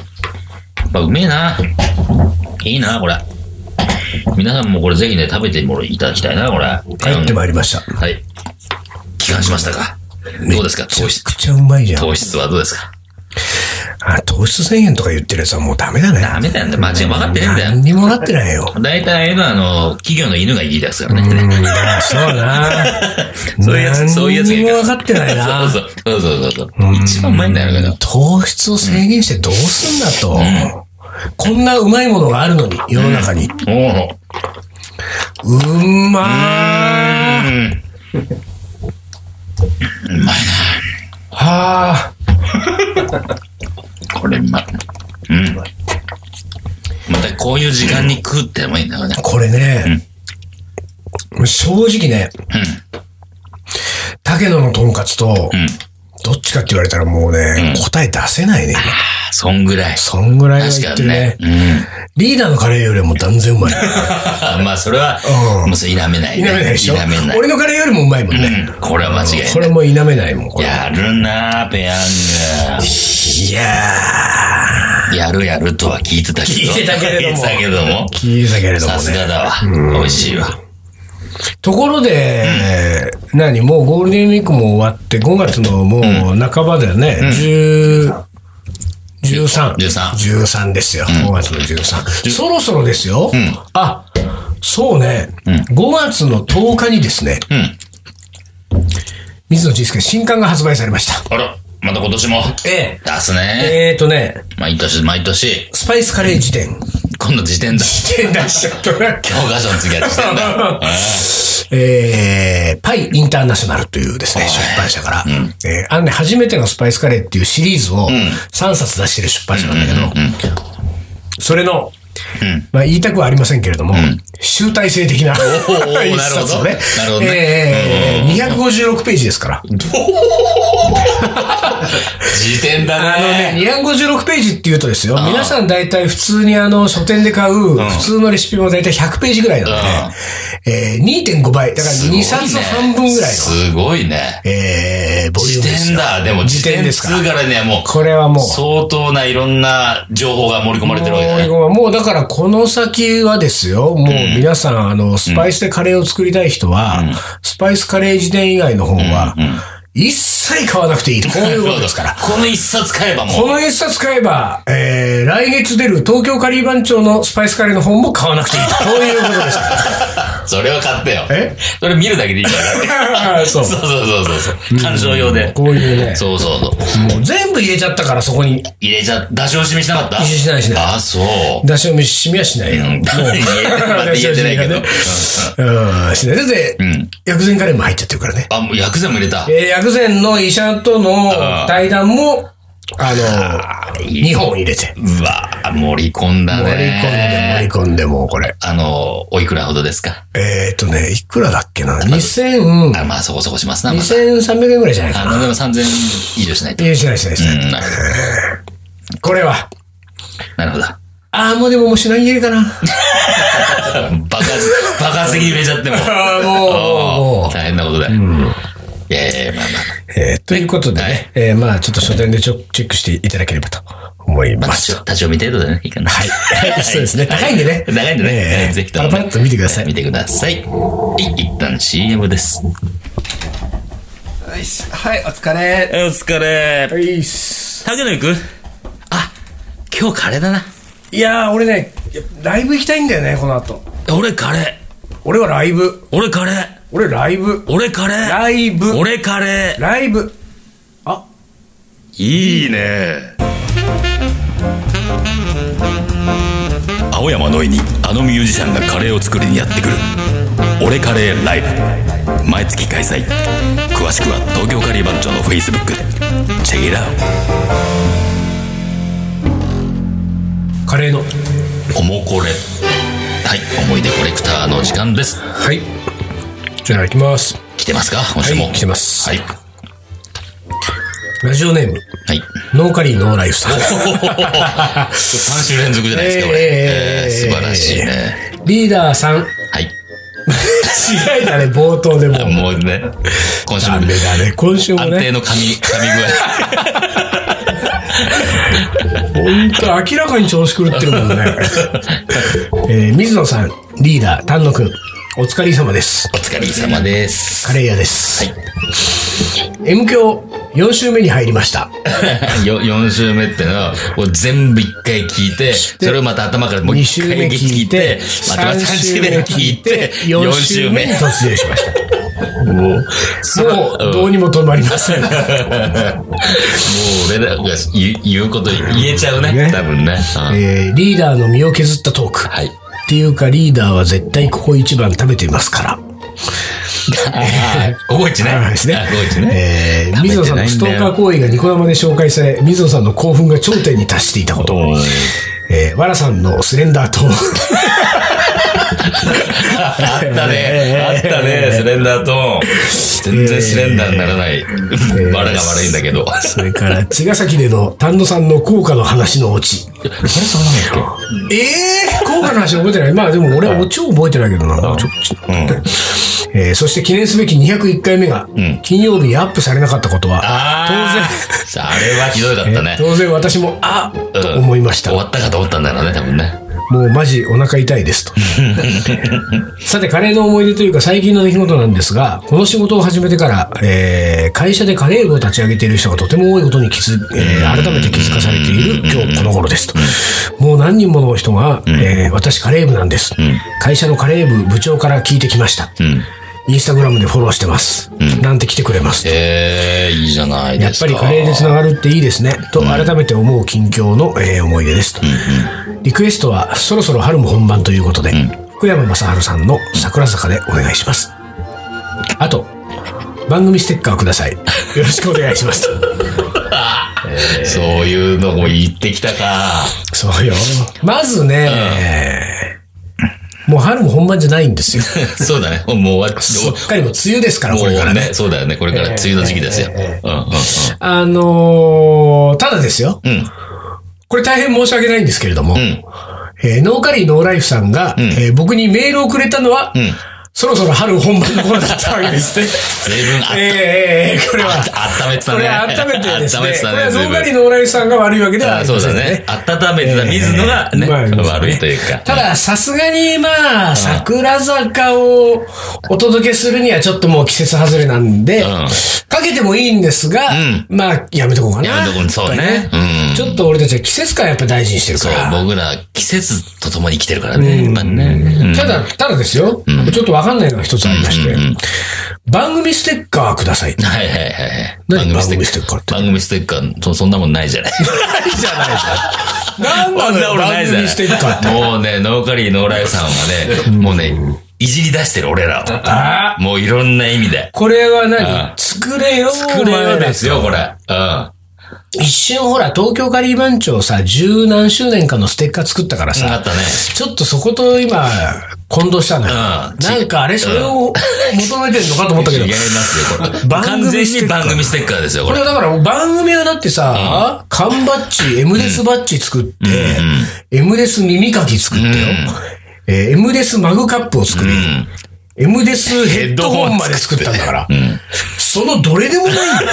[SPEAKER 2] っぱ、うめえな。いいなぁ、これ。皆さんもこれぜひね、食べてもらいただきたいな、これ。
[SPEAKER 1] 帰ってまいりました。
[SPEAKER 2] うんはい。帰還しましたかどうですか
[SPEAKER 1] め
[SPEAKER 2] 糖
[SPEAKER 1] ちゃ
[SPEAKER 2] 質。
[SPEAKER 1] くちゃうまいじゃん。
[SPEAKER 2] 糖質はどうですか
[SPEAKER 1] あ、糖質制限とか言ってるやつはもうダメだね。
[SPEAKER 2] ダメだよね。間違い分かってねえんだよ。
[SPEAKER 1] 何にもなってないよ。
[SPEAKER 2] 大体のあの、企業の犬が言い出すからね。
[SPEAKER 1] うん、まあそうだ な。
[SPEAKER 2] そういうやつ、そういうやつがい
[SPEAKER 1] 何
[SPEAKER 2] る
[SPEAKER 1] にも分かってないな。
[SPEAKER 2] そうそうそうそうそうそう。一番うまいんだよ、だか
[SPEAKER 1] 糖質を制限してどうすんだと。こんなうまいものがあるのに、世の中に。
[SPEAKER 2] ら。おお。
[SPEAKER 1] うん、まー。
[SPEAKER 2] うん。
[SPEAKER 1] はあ。
[SPEAKER 2] これうまい。うん。またこういう時間に食うってのもいいんだよね。
[SPEAKER 1] これね、正直ね、竹野のとんかつと、
[SPEAKER 2] うん。
[SPEAKER 1] どっちかって言われたらもうね、
[SPEAKER 2] うん
[SPEAKER 1] 答え出せないね、今。
[SPEAKER 2] あそんぐらい。
[SPEAKER 1] そんぐらいは
[SPEAKER 2] 確
[SPEAKER 1] 言
[SPEAKER 2] か
[SPEAKER 1] って
[SPEAKER 2] に
[SPEAKER 1] る
[SPEAKER 2] ね
[SPEAKER 1] ね。。
[SPEAKER 2] うん。
[SPEAKER 1] リーダーのカレーよりも断然うまい。
[SPEAKER 2] まあ、それは
[SPEAKER 1] う、ん
[SPEAKER 2] もうそれ否めない
[SPEAKER 1] 否
[SPEAKER 2] ね。
[SPEAKER 1] めないでしょ
[SPEAKER 2] 否めない。
[SPEAKER 1] 俺のカレーよりもうまいもんね。
[SPEAKER 2] うんこれは間違い
[SPEAKER 1] こ
[SPEAKER 2] な
[SPEAKER 1] れも否めないもん、こ
[SPEAKER 2] い。
[SPEAKER 1] れ。
[SPEAKER 2] やるなぁ、ペヤン
[SPEAKER 1] いや
[SPEAKER 2] グ。やるやるとは聞いてたけど。
[SPEAKER 1] 聞いてたけれども
[SPEAKER 2] 聞いてたけども。
[SPEAKER 1] ー、聞いたけれども
[SPEAKER 2] さす
[SPEAKER 1] ね。
[SPEAKER 2] がだわ。美味しいわ。
[SPEAKER 1] ところで、何、もうゴールデンウィークも終わって、5月のもう半ばだよね。10 13。
[SPEAKER 2] 13
[SPEAKER 1] 13ですよ。5月の13。そろそろですよ。
[SPEAKER 2] ん
[SPEAKER 1] あ、そうね、5月の10日にですね、
[SPEAKER 2] うん。
[SPEAKER 1] 水野仁介新刊が発売されました。
[SPEAKER 2] あら、また今年も。
[SPEAKER 1] え
[SPEAKER 2] 出す
[SPEAKER 1] え
[SPEAKER 2] ね。
[SPEAKER 1] えーとね、
[SPEAKER 2] 毎年、毎年。
[SPEAKER 1] スパイスカレー辞典。
[SPEAKER 2] 今度辞典だ。
[SPEAKER 1] 辞典出しちゃった。
[SPEAKER 2] 教科書の次は辞典だ。
[SPEAKER 1] えー、パイインターナショナルというですね、出版社から、えーあのね、初めてのスパイスカレーっていうシリーズを3冊出してる出版社なんだけど、それの、
[SPEAKER 2] ん
[SPEAKER 1] まあ言いたくはありませんけれども、集大成的な一冊をね
[SPEAKER 2] なるほど、
[SPEAKER 1] えー256ページですから。
[SPEAKER 2] 辞典だ
[SPEAKER 1] あの
[SPEAKER 2] ね。
[SPEAKER 1] ね、256ページって言うとですよ、皆さん大体普通にあの、書店で買う、普通のレシピも大体100ページぐらいなので、えー2.5倍、だから
[SPEAKER 2] すご
[SPEAKER 1] 2
[SPEAKER 2] いね
[SPEAKER 1] 冊半分ぐらいの。
[SPEAKER 2] すごいね。
[SPEAKER 1] えー、ボリュ
[SPEAKER 2] 辞
[SPEAKER 1] ームです
[SPEAKER 2] 典
[SPEAKER 1] よ。
[SPEAKER 2] だ。でも
[SPEAKER 1] 辞
[SPEAKER 2] 辞
[SPEAKER 1] 典
[SPEAKER 2] 典
[SPEAKER 1] で
[SPEAKER 2] ですす
[SPEAKER 1] から
[SPEAKER 2] からね、も
[SPEAKER 1] これはもう
[SPEAKER 2] う、、相当ないろんな情報が盛り込まれてるわけだね。
[SPEAKER 1] もうもうだからこの先はですよ、もう皆さん、あの、スパイスでカレーを作りたい人は、スパイスカレー辞典以外の方は、一切買わなくていいと。こういうことですから。
[SPEAKER 2] この一冊買えばも
[SPEAKER 1] こ
[SPEAKER 2] う、
[SPEAKER 1] の一冊買えば、えー、来月出る東京カリー番長のスパイスカレーの本も買わなくていいと。こういうことですか
[SPEAKER 2] それは買ってよ。
[SPEAKER 1] え
[SPEAKER 2] それ見るだけでい いから。
[SPEAKER 1] ら。そう。
[SPEAKER 2] そうそうそうそう。感情用で。
[SPEAKER 1] こういうね、
[SPEAKER 2] そうそうそう。
[SPEAKER 1] もう全部入れちゃったからそこに、
[SPEAKER 2] 入れちゃ、出し惜しみしなかった
[SPEAKER 1] 出し惜しみしないしない
[SPEAKER 2] あ、そう。
[SPEAKER 1] 出し惜しみはしないよ。
[SPEAKER 2] うん、言えてないけど。うんうん
[SPEAKER 1] うん、しない。だって、
[SPEAKER 2] ん
[SPEAKER 1] 薬膳カレーも入っちゃってるからね。
[SPEAKER 2] あ、もう薬膳も入れた。
[SPEAKER 1] えー薬膳の医者との対談も、あの、
[SPEAKER 2] いい
[SPEAKER 1] 2本入れて。
[SPEAKER 2] うわ盛り込んだ
[SPEAKER 1] 盛り込んで
[SPEAKER 2] ね。
[SPEAKER 1] 盛り込んでもうこれ。
[SPEAKER 2] あの、おいくらほどですか
[SPEAKER 1] えっ、ー、とね、いくらだっけな ?2000、
[SPEAKER 2] あ、まあそこそこしますな。まあ
[SPEAKER 1] 2300円ぐらいじゃないか
[SPEAKER 2] あ
[SPEAKER 1] な。
[SPEAKER 2] の、でも3000以上しないと。
[SPEAKER 1] いや、しないしないし
[SPEAKER 2] う
[SPEAKER 1] ない。
[SPEAKER 2] ん、なるほ
[SPEAKER 1] これは、
[SPEAKER 2] ど。なるほど。
[SPEAKER 1] ああ、もうでももう品切れかな。
[SPEAKER 2] バカ、バカすぎ入れちゃっても。
[SPEAKER 1] ああ、もう、もう、も
[SPEAKER 2] 大変なことだよ。いやいやいや、まあま
[SPEAKER 1] う。えーということで
[SPEAKER 2] は
[SPEAKER 1] ね
[SPEAKER 2] い、
[SPEAKER 1] えーまあちょっと書店でちょチェックしていただければと思いま
[SPEAKER 2] あ、
[SPEAKER 1] す
[SPEAKER 2] 立ち。立ち読み程度でね、いいかな。はい
[SPEAKER 1] はいそうですね。高いんでね。
[SPEAKER 2] 長いんでね。
[SPEAKER 1] ええ
[SPEAKER 2] ぜひ
[SPEAKER 1] パラパラっと見てください。
[SPEAKER 2] 見てください。はい、一旦 CM です。
[SPEAKER 3] はいし、はい、お疲れ。
[SPEAKER 2] お疲れ。
[SPEAKER 1] いいっす
[SPEAKER 2] 竹野行くあ、今日カレーだな。
[SPEAKER 1] いやー、俺ね、ライブ行きたいんだよね、この後。
[SPEAKER 2] 俺カレ
[SPEAKER 1] 俺はライブ
[SPEAKER 2] ー。。俺カレー。
[SPEAKER 1] 俺ライブ。
[SPEAKER 2] 俺カレー。
[SPEAKER 1] ライブ。
[SPEAKER 2] 俺カレー。
[SPEAKER 1] ライブ。
[SPEAKER 2] いいね。
[SPEAKER 4] 青山のいにあのミュージシャンがカレーを作りにやってくる「俺カレーライブ」毎月開催詳しくは東京カリー番長のフェイスブックチェックイラー
[SPEAKER 1] カレーの。
[SPEAKER 2] おもこれはい思い出コレクターの時間です
[SPEAKER 1] はい。じゃあ、行きます。
[SPEAKER 2] 来てますか今週も、
[SPEAKER 1] はい来てます
[SPEAKER 2] はい
[SPEAKER 1] ラジオネーム、
[SPEAKER 2] はい
[SPEAKER 1] ノーカリーノーライフさん。
[SPEAKER 2] 3週連続じゃないですか、これ、えー素晴らしいね。
[SPEAKER 1] リーダーさん。
[SPEAKER 2] はい。
[SPEAKER 1] 違いだね、冒頭でも。
[SPEAKER 2] もうね、今週も
[SPEAKER 1] ダメだね、今週も
[SPEAKER 2] 安定
[SPEAKER 1] ね。
[SPEAKER 2] の髪、髪具
[SPEAKER 1] 本当明らかに調子狂ってるもん ね。えー水野さん、リーダー、丹野くん、お疲れ様です。
[SPEAKER 2] 合。お疲れ様です。
[SPEAKER 1] カ レー屋です。M 響4週目に入りました。
[SPEAKER 2] よ4週目ってのは、もう全部一回聞いて、それをまた頭からもう
[SPEAKER 1] 2
[SPEAKER 2] 一
[SPEAKER 1] 週目
[SPEAKER 2] 回
[SPEAKER 1] 聞
[SPEAKER 2] 聞
[SPEAKER 1] い
[SPEAKER 2] い
[SPEAKER 1] て
[SPEAKER 2] て、、また3週目聞いて、4
[SPEAKER 1] 4
[SPEAKER 2] 週
[SPEAKER 1] 週
[SPEAKER 2] 目
[SPEAKER 1] 目に。突入しました。
[SPEAKER 2] もう、
[SPEAKER 1] もう、どうにも止まりません。
[SPEAKER 2] もう俺らが言う言うこと言えちゃうね、多分ね。うん
[SPEAKER 1] えーリーダーの身を削ったトーク。
[SPEAKER 2] はい。
[SPEAKER 1] っていうか、リーダーは絶対ここ一番食べてますから。
[SPEAKER 2] ここ一ね。
[SPEAKER 1] はいですね
[SPEAKER 2] あここ一ね。
[SPEAKER 1] えー
[SPEAKER 2] 食べ
[SPEAKER 1] 水野
[SPEAKER 2] て
[SPEAKER 1] さん
[SPEAKER 2] ないんだ
[SPEAKER 1] のス
[SPEAKER 2] よ
[SPEAKER 1] トーカー行為がニコ生で紹介され、水野さんの興奮が頂点に達していたこと。
[SPEAKER 2] おー
[SPEAKER 1] えー、わらさんのスレンダーと、
[SPEAKER 2] あったね。あったね。スレンダーと、全然スレンダーにならない。バラが悪いんだけど。あれそ
[SPEAKER 1] それから、茅ヶ崎での丹野さんの効果の話のオチ。
[SPEAKER 2] うなんだっ
[SPEAKER 1] ええ効果の話覚えてない。まあでも俺はオチを覚えてないけどな。ちょ
[SPEAKER 2] けうん。
[SPEAKER 1] えーそして記念すべき201回目が、
[SPEAKER 2] ん
[SPEAKER 1] 金曜日にアップされなかったことは、
[SPEAKER 2] ああ。当然。あれはひどいだったね。
[SPEAKER 1] 当然私も、あ
[SPEAKER 2] うん
[SPEAKER 1] と思いました
[SPEAKER 2] 終。わったかと思ったんだろうね、多分ね。
[SPEAKER 1] もうマジお腹痛いですと。 さて、カレーの思い出というか最近の出来事なんですが、この仕事を始めてから、えー会社でカレー部を立ち上げている人がとても多いことに気づ、えー改めて気づかされている今日この頃ですと。もう何人もの人が、えー私カレー部なんです。会社のカレー部部長から聞いてきました。
[SPEAKER 2] うん。
[SPEAKER 1] インスタグラムでフォローしてます。なんて来てくれます。
[SPEAKER 2] ええ、いいじゃない
[SPEAKER 1] や
[SPEAKER 2] で
[SPEAKER 1] っ
[SPEAKER 2] す
[SPEAKER 1] ぱり
[SPEAKER 2] か。
[SPEAKER 1] カレーでつながるっていいですね。と改めて思う近況の、えー思い出ですと。リクエストはそろそろ春も本番ということで、福山雅治さんの桜坂でお願いします。あと、番組ステッカーください。よろしくお願いします。
[SPEAKER 2] そういうのも言ってき たか。
[SPEAKER 1] そうよ。まずね、もう春も本番じゃないんですよ。
[SPEAKER 2] そうだね。もう終わっ
[SPEAKER 1] すっかりもう梅雨ですから、これか
[SPEAKER 2] も
[SPEAKER 1] ら
[SPEAKER 2] う
[SPEAKER 1] ね。
[SPEAKER 2] ね、そうだよね。これから梅雨の時期ですよ。うんうんうん。
[SPEAKER 1] あのーただですよ。
[SPEAKER 2] ん
[SPEAKER 1] これ大変申し訳ないんですけれども、
[SPEAKER 2] ん
[SPEAKER 1] えーノーカリーノーライフさんが、えー僕にメールをくれたのは、そろそろ春本番の頃だったわけですね。
[SPEAKER 2] 随分あっ
[SPEAKER 1] えーえーえーこれは、
[SPEAKER 2] 温めてたね。
[SPEAKER 1] これは温めてです
[SPEAKER 2] 温め
[SPEAKER 1] ね
[SPEAKER 2] て、た
[SPEAKER 1] これは
[SPEAKER 2] ね、
[SPEAKER 1] ノ
[SPEAKER 2] 随
[SPEAKER 1] ーカリー
[SPEAKER 2] 分。
[SPEAKER 1] ノーライフさんが悪いわけではあ
[SPEAKER 2] あ
[SPEAKER 1] り
[SPEAKER 2] そ
[SPEAKER 1] ま
[SPEAKER 2] う
[SPEAKER 1] せ
[SPEAKER 2] だ
[SPEAKER 1] んね。
[SPEAKER 2] ね。温めてた水野がね、
[SPEAKER 1] まあ
[SPEAKER 2] 悪いというか。
[SPEAKER 1] ただ、さすがに、まあ、桜坂をお届けするにはちょっともう季節外れなんで、
[SPEAKER 2] ん
[SPEAKER 1] かけてもいいんですが、
[SPEAKER 2] ん
[SPEAKER 1] まあ、やめとこうかな。
[SPEAKER 2] やめとこうそうね
[SPEAKER 1] やっぱり
[SPEAKER 2] うん
[SPEAKER 1] ちょっと俺たちは季節感やっぱ大事にしてる
[SPEAKER 2] そ
[SPEAKER 1] か
[SPEAKER 2] う、
[SPEAKER 1] ら。
[SPEAKER 2] 僕ら季節と共に生きてるからね。今ね。うん
[SPEAKER 1] ただ、ただですよ、ちょっとわかんないのが一つありまして、番組ステッカーください。ない
[SPEAKER 2] はいはいはいはい。
[SPEAKER 1] 何
[SPEAKER 2] 番組ステッカーって。そそんなもんないじゃない。
[SPEAKER 1] じゃ ないじゃん。なんだよ、番組ステッカーって。
[SPEAKER 2] もうね、ノーカリーノーライフさんはね、もうね、いじり出してる俺らを。もういろんな意味で。
[SPEAKER 1] これは
[SPEAKER 2] う
[SPEAKER 1] 何作れよ、
[SPEAKER 2] 作れようですよ、これ。うん。
[SPEAKER 1] 一瞬ほら、東京カリー番長さ、十何周年かのステッカー作ったから
[SPEAKER 2] あ
[SPEAKER 1] さ
[SPEAKER 2] っ、たね。
[SPEAKER 1] ちょっとそこと今、混同したのよ。
[SPEAKER 2] うん
[SPEAKER 1] なんかあれ、それを求めてるのかと思ったけど
[SPEAKER 2] 違いま。すよ、これ。
[SPEAKER 1] 番組
[SPEAKER 2] 完全
[SPEAKER 1] ステ
[SPEAKER 2] に
[SPEAKER 1] ッカー
[SPEAKER 2] 番組ステッカーですよ、こ
[SPEAKER 1] こ
[SPEAKER 2] れ
[SPEAKER 1] れ。はだから番組はだってさ、缶バッジ、エムレスバッジ作って、エムレス耳かき作ってよ。えーエムレスマグカップを作り、エムレスヘッドホンまで作ったんだから、そのどれでもないんだよ。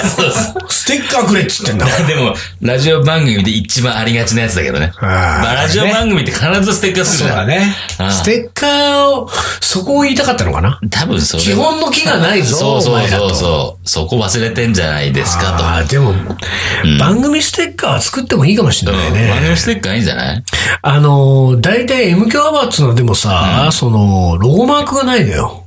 [SPEAKER 1] ステッカーくれっつってんだから。
[SPEAKER 2] でも、ラジオ番組で一番ありがちなやつだけどね。まあ、ラジオ番組って必ずステッカーするじゃん。
[SPEAKER 1] ね。
[SPEAKER 2] うん
[SPEAKER 1] ステッカーを、そこを言いたかったのかな
[SPEAKER 2] 多分それは。
[SPEAKER 1] 基本の木がないぞ、
[SPEAKER 2] そう
[SPEAKER 1] お
[SPEAKER 2] そう
[SPEAKER 1] 前ら
[SPEAKER 2] そ
[SPEAKER 1] と
[SPEAKER 2] うそう。そこ忘れてんじゃないですかと。
[SPEAKER 1] ああ、でも、番組ステッカーは作ってもいいかもしれないね。
[SPEAKER 2] 番組ステッカーいいんじゃない
[SPEAKER 1] あのー、大体 M 響アワーツのでもさ、その、ロゴマークがないのよ。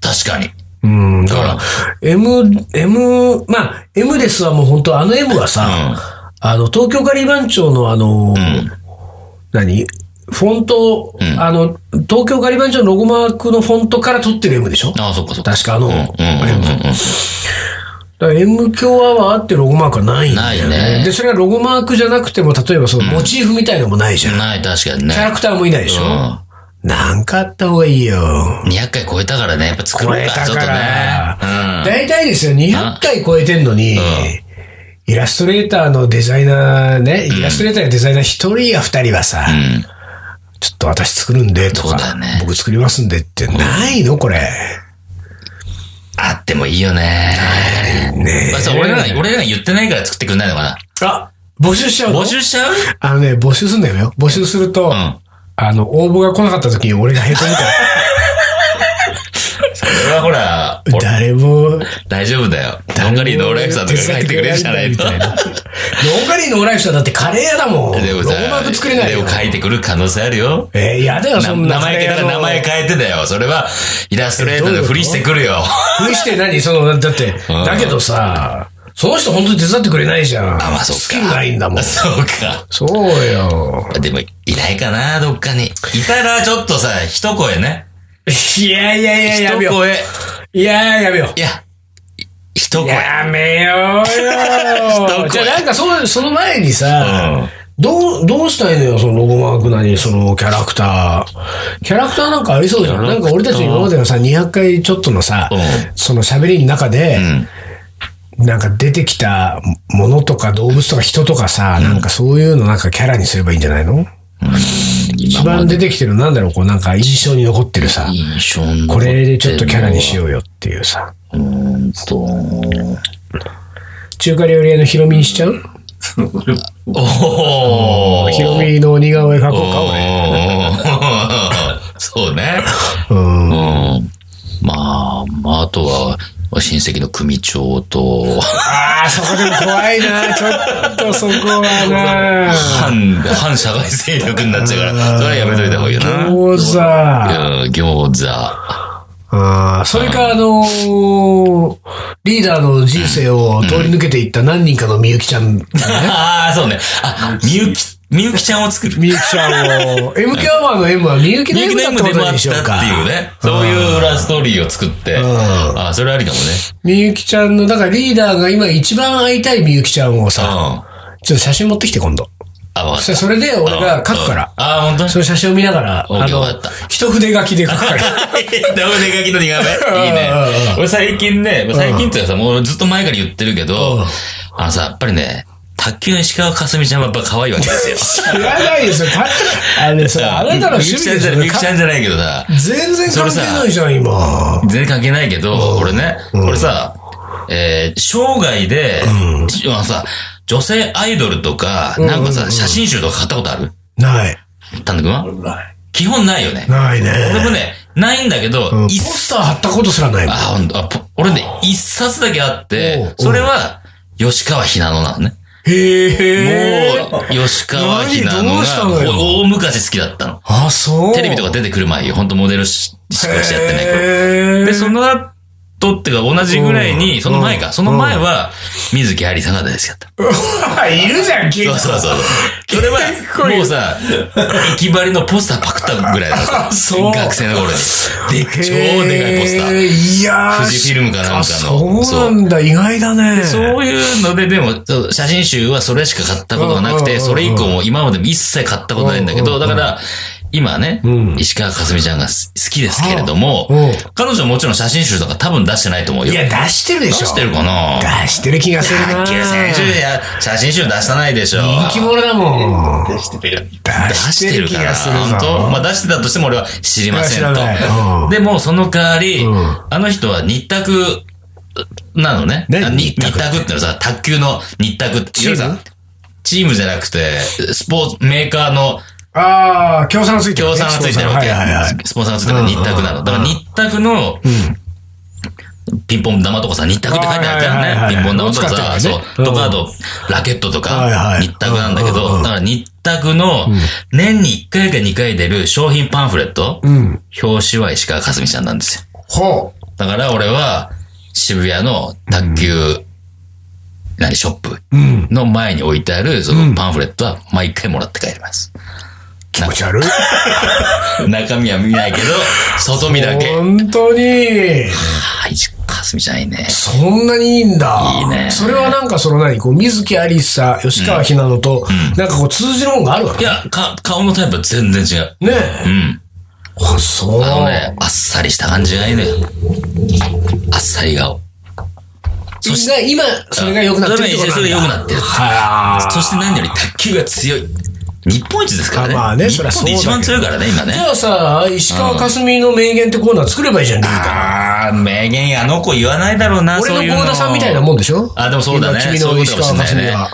[SPEAKER 2] 確かに。
[SPEAKER 1] うん、だ
[SPEAKER 2] か
[SPEAKER 1] からら、M、M、まあ、M ですはもう本当あの M はさ、あの、東京カリー番長のあの、何フォント、あの、東京カリー番長のロゴマークのフォントから取ってる M でしょ
[SPEAKER 2] ああ、そっかそっか。
[SPEAKER 1] 確かあの、
[SPEAKER 2] うんうんうんうんうん。
[SPEAKER 1] だから M 響アワーってロゴマークはないんだよね。
[SPEAKER 2] ないね
[SPEAKER 1] で、それがロゴマークじゃなくても、例えばそのモチーフみたいのもないじゃん。
[SPEAKER 2] ない、確かにね
[SPEAKER 1] キ。ャラクターもいないでしょ、なんかあった方がいいよ。
[SPEAKER 2] 200回超えたからね、やっぱ作ろ
[SPEAKER 1] 超え
[SPEAKER 2] うか、
[SPEAKER 1] た
[SPEAKER 2] ちょっ
[SPEAKER 1] か
[SPEAKER 2] と
[SPEAKER 1] ら。
[SPEAKER 2] ね。
[SPEAKER 1] 大体ですよ、200回超えてんのに、イラストレーターのデザイナーね、イラストレーターのデザイナー一人や二人はさ、
[SPEAKER 2] うん。うん。
[SPEAKER 1] ちょっと私作るんでと
[SPEAKER 2] そうだ
[SPEAKER 1] か、
[SPEAKER 2] よね
[SPEAKER 1] 僕作りますんでって、ないのこれ。
[SPEAKER 2] あってもいいよね。
[SPEAKER 1] ねえ
[SPEAKER 2] まあ、そう俺らが、俺らが言ってないから作ってくんないのかな。
[SPEAKER 1] あ、募集しちゃうの
[SPEAKER 2] 募集しちゃう
[SPEAKER 1] あのね、募集すんだよ。募集すると、
[SPEAKER 2] ん
[SPEAKER 1] あの、応募が来なかった時に俺が下手みたい
[SPEAKER 2] それはほら、
[SPEAKER 1] な。
[SPEAKER 2] 俺
[SPEAKER 1] 誰も、
[SPEAKER 2] 大丈夫だよ。ノンガリーノーライフさんとか書いてくれるじゃない
[SPEAKER 1] 手
[SPEAKER 2] と。
[SPEAKER 1] 伝ってくれないんだみたいなローガリーのオライフさんだってカレー屋だもん。
[SPEAKER 2] でも
[SPEAKER 1] ローマーク作れない
[SPEAKER 2] で
[SPEAKER 1] よ
[SPEAKER 2] も。書いてくる可能性あるよ。
[SPEAKER 1] えー、やだよ、
[SPEAKER 2] な
[SPEAKER 1] そんな
[SPEAKER 2] 名
[SPEAKER 1] カレー
[SPEAKER 2] 前だ
[SPEAKER 1] 屋
[SPEAKER 2] から
[SPEAKER 1] の。
[SPEAKER 2] 名前変えてだよ。それは、イラストレーターでふりしてくるよ。
[SPEAKER 1] 無理して何その、だって、
[SPEAKER 2] ん
[SPEAKER 1] だけどさ、その人本当に手伝ってくれないじゃん。
[SPEAKER 2] あ、まあ、そっか。
[SPEAKER 1] 好きないんだもん。
[SPEAKER 2] そうか。
[SPEAKER 1] そうよ。
[SPEAKER 2] でも、いないかな、どっかに。いたら、ちょっとさ、一声ね。
[SPEAKER 1] いやいやいや、
[SPEAKER 2] 一
[SPEAKER 1] やめよ
[SPEAKER 2] 声。
[SPEAKER 1] う。いやー、 やめよう。
[SPEAKER 2] いや、い一声。
[SPEAKER 1] やめよう
[SPEAKER 2] 一声
[SPEAKER 1] よ。じゃあなんかそう、その前に
[SPEAKER 2] う
[SPEAKER 1] さ、
[SPEAKER 2] ん
[SPEAKER 1] どう、どうしたいのよ、そのロゴマークなり、そのキャラクター。キャラクターなんかありそうじゃん。なんか俺たち今までのさ、200回ちょっとのさ
[SPEAKER 2] うん、
[SPEAKER 1] その喋りの中で、なんか出てきたものとか動物とか人とかさ、なんかそういうのなんかキャラにすればいいんじゃないの一番出てきてるなんだろう、こうなんか印象に残ってるさ、
[SPEAKER 2] 印象に残
[SPEAKER 1] こ
[SPEAKER 2] ってる
[SPEAKER 1] れでちょっとキャラにしようよっていうさ。
[SPEAKER 2] うーんと。
[SPEAKER 1] 中華料理屋のヒロミにしちゃう
[SPEAKER 2] おー。
[SPEAKER 1] ヒロミの似顔絵描
[SPEAKER 2] お
[SPEAKER 1] こうか、俺。
[SPEAKER 2] ー。そうね。
[SPEAKER 1] うん。
[SPEAKER 2] うん。まあ、まあ、あとは、親戚の組長と、
[SPEAKER 1] ああ、そこでも怖いな。ちょっとそこは
[SPEAKER 2] 反、反社会勢力になっちゃうから、それはやめといた方がいいよ
[SPEAKER 1] な。
[SPEAKER 2] な。
[SPEAKER 1] 餃子。あ
[SPEAKER 2] うん餃子。
[SPEAKER 1] あー、それかあのーリーダーの人生を通り抜けていった何人かのみゆきちゃん。
[SPEAKER 2] ああ、そうね。あ、みゆき、みゆきちゃんを作る。
[SPEAKER 1] みゆきちゃんを、MK アワーの M はみゆきの
[SPEAKER 2] みゆき
[SPEAKER 1] M
[SPEAKER 2] の
[SPEAKER 1] だったこ
[SPEAKER 2] M で
[SPEAKER 1] と
[SPEAKER 2] もあ
[SPEAKER 1] に
[SPEAKER 2] っ
[SPEAKER 1] したよう
[SPEAKER 2] っ
[SPEAKER 1] か
[SPEAKER 2] て。いうね。そういう裏ストーリーを作って。
[SPEAKER 1] ん
[SPEAKER 2] あそれありかもね。
[SPEAKER 1] みゆきちゃんの、だからリーダーが今一番会いたいみゆきちゃんを
[SPEAKER 2] うん。
[SPEAKER 1] さ、
[SPEAKER 2] あ、
[SPEAKER 1] ちょっと写真持ってきて今度。
[SPEAKER 2] わかっ
[SPEAKER 1] そ
[SPEAKER 2] た。
[SPEAKER 1] それで俺が書くから。
[SPEAKER 2] ああ、本当に
[SPEAKER 1] その写真を見ながら、
[SPEAKER 2] OK
[SPEAKER 1] あの
[SPEAKER 2] わかっ、
[SPEAKER 1] 一筆書きで書くから。
[SPEAKER 2] ダブル描きの苦め。いいね
[SPEAKER 1] うんうん。
[SPEAKER 2] 俺最近ね、最近っていうかさ、もうずっと前から言ってるけ
[SPEAKER 1] う
[SPEAKER 2] ど
[SPEAKER 1] ん、
[SPEAKER 2] あのさ、やっぱりね、卓球の石川かすみちゃんはやっぱ可愛いわけですよ。
[SPEAKER 1] 知らないですよ。たあれ さ、あなたの趣味
[SPEAKER 2] みゆきちゃん
[SPEAKER 1] で
[SPEAKER 2] じ
[SPEAKER 1] す
[SPEAKER 2] ゃ
[SPEAKER 1] よ
[SPEAKER 2] みゆきちゃんじゃないけどさ、
[SPEAKER 1] 全然関係ないじゃん、今。
[SPEAKER 2] 全然関係ないけど、俺ね、俺さ、えー生涯で、あのさ、女性アイドルとか、なんかさ、写真集とか買ったことある
[SPEAKER 1] ない。
[SPEAKER 2] 丹野くんは基本ないよね。
[SPEAKER 1] ない
[SPEAKER 2] 俺
[SPEAKER 1] ね。
[SPEAKER 2] もね、ないんだけど
[SPEAKER 1] うん、ポ
[SPEAKER 2] 一
[SPEAKER 1] スター貼ったことすらないもん。
[SPEAKER 2] あ、ほんと、あぽ俺ね、一冊だけあっ
[SPEAKER 1] おうお
[SPEAKER 2] て
[SPEAKER 1] う、
[SPEAKER 2] それは、吉川ひなのなのね。
[SPEAKER 1] へえ。
[SPEAKER 2] もう、吉川ひな
[SPEAKER 1] 何
[SPEAKER 2] の
[SPEAKER 1] どうしたの
[SPEAKER 2] が、
[SPEAKER 1] よ
[SPEAKER 2] お大昔好きだったの。
[SPEAKER 1] あ、そう。
[SPEAKER 2] テレビとか出てくる前よ。ほんとモデルししかしてやってない頃。
[SPEAKER 1] へー
[SPEAKER 2] で、その後っていうか同じぐらい
[SPEAKER 1] うん
[SPEAKER 2] に、その前か、その前は、水木ありさんが大好きだった。
[SPEAKER 1] いるじゃん、結
[SPEAKER 2] そう
[SPEAKER 1] 構。
[SPEAKER 2] そうそう。それは、もうさ、行き張りのポスターパクったぐらいだから さ
[SPEAKER 1] そう、
[SPEAKER 2] 学生の頃に。で、超でかいポスター
[SPEAKER 1] へ。いやー
[SPEAKER 2] 富士フィルムかなんかの
[SPEAKER 1] あそうなんだ、意外だね。
[SPEAKER 2] そういうので、でも、そう写真集はそれしか買ったことがなく
[SPEAKER 1] うんうんうんうん
[SPEAKER 2] て、それ以降も今までも一切買ったことないんだけど、だから、今ね、石川かすみちゃんが好きですけれど
[SPEAKER 1] は
[SPEAKER 2] も
[SPEAKER 1] あうん、
[SPEAKER 2] 彼女はもちろん写真集とか多分出してないと思うよ。
[SPEAKER 1] いや、出してるで
[SPEAKER 2] 出
[SPEAKER 1] しょ。
[SPEAKER 2] してるかな
[SPEAKER 1] 出してる気がするな。
[SPEAKER 2] 卓球選手や写真集出さないでしょ。
[SPEAKER 1] 人気者だもん。出
[SPEAKER 2] 出
[SPEAKER 1] し
[SPEAKER 2] してて
[SPEAKER 1] る
[SPEAKER 2] る
[SPEAKER 1] 気が
[SPEAKER 2] から、
[SPEAKER 1] するぞ。
[SPEAKER 2] 本当まあ出してたとしても俺は知りません
[SPEAKER 1] 知らないうん
[SPEAKER 2] と。でもその代わり、
[SPEAKER 1] ん
[SPEAKER 2] あの人は日卓なのね。
[SPEAKER 1] ね
[SPEAKER 2] あ日
[SPEAKER 1] 日卓
[SPEAKER 2] 日卓ってのはさ、卓球の日卓って
[SPEAKER 1] チーム
[SPEAKER 2] いわゆるさチームじゃなくて、スポーツ、メーカーの
[SPEAKER 1] ああ、協賛がついてる、
[SPEAKER 2] 協賛がついてるわけ。
[SPEAKER 1] はいはいはい。
[SPEAKER 2] スポンサーがついてる日卓なの。だから日卓の、ピンポン玉とかさ、日卓って書いてあるじ
[SPEAKER 1] はいはい
[SPEAKER 2] ゃ
[SPEAKER 1] は
[SPEAKER 2] ん
[SPEAKER 1] い
[SPEAKER 2] ね。ピンポン玉とか
[SPEAKER 1] 使ってる
[SPEAKER 2] さ、
[SPEAKER 1] ね
[SPEAKER 2] そう。とか、あと、ラケットと
[SPEAKER 1] はいは
[SPEAKER 2] か、
[SPEAKER 1] い
[SPEAKER 2] 日卓なんだけ
[SPEAKER 1] うんうんう
[SPEAKER 2] ど、
[SPEAKER 1] ん
[SPEAKER 2] だから日卓の、年に1回か2回出る商品パンフレット、
[SPEAKER 1] うん。
[SPEAKER 2] 表紙は石川かすみちゃんなんですよ。
[SPEAKER 1] ほう。
[SPEAKER 2] だから俺は、渋谷の卓球何、ショップの前に置いてある、そのパンフレットは毎回もらって帰ります。
[SPEAKER 1] 気持ち悪い。
[SPEAKER 2] 中身は見ないけど、 外見だけ。
[SPEAKER 1] 本当に、
[SPEAKER 2] はい、かすみちゃんいいね。
[SPEAKER 1] そんなにいいんだ。
[SPEAKER 2] いいね
[SPEAKER 1] それはなんかその何こう、水木ありさ、吉川ひなのと、なんかこう通じるもんがあるわ
[SPEAKER 2] い
[SPEAKER 1] け。
[SPEAKER 2] や、か、顔のタイプは全然違う。
[SPEAKER 1] ね
[SPEAKER 2] う
[SPEAKER 1] え。
[SPEAKER 2] ん。
[SPEAKER 1] あ、そう。
[SPEAKER 2] あのね、あっさりした感じがいいのよ。あっさり顔。そし
[SPEAKER 1] が今、それが良くなってるってことなんだ。
[SPEAKER 2] それが良くなってる
[SPEAKER 1] はあ。
[SPEAKER 2] そして何より卓球が強い。日本一ですからね。
[SPEAKER 1] あまあね
[SPEAKER 2] 日
[SPEAKER 1] そりゃそ
[SPEAKER 2] 本
[SPEAKER 1] うだ
[SPEAKER 2] で
[SPEAKER 1] けど
[SPEAKER 2] 一番強いからね、今ね
[SPEAKER 1] じ。ゃあさ、石川佳純の名言ってコーナー作ればいいじゃん、リーダー
[SPEAKER 2] ああ、名言あの子言わないだろうな、そう
[SPEAKER 1] 俺
[SPEAKER 2] いう
[SPEAKER 1] の
[SPEAKER 2] の
[SPEAKER 1] 郷田さんみたいなもんでしょ
[SPEAKER 2] あ、でもそうだね。
[SPEAKER 1] 今君
[SPEAKER 2] そう
[SPEAKER 1] の
[SPEAKER 2] いうこ
[SPEAKER 1] 石
[SPEAKER 2] とか
[SPEAKER 1] 川
[SPEAKER 2] も
[SPEAKER 1] 佳
[SPEAKER 2] しれ
[SPEAKER 1] 純
[SPEAKER 2] ないね
[SPEAKER 1] は。。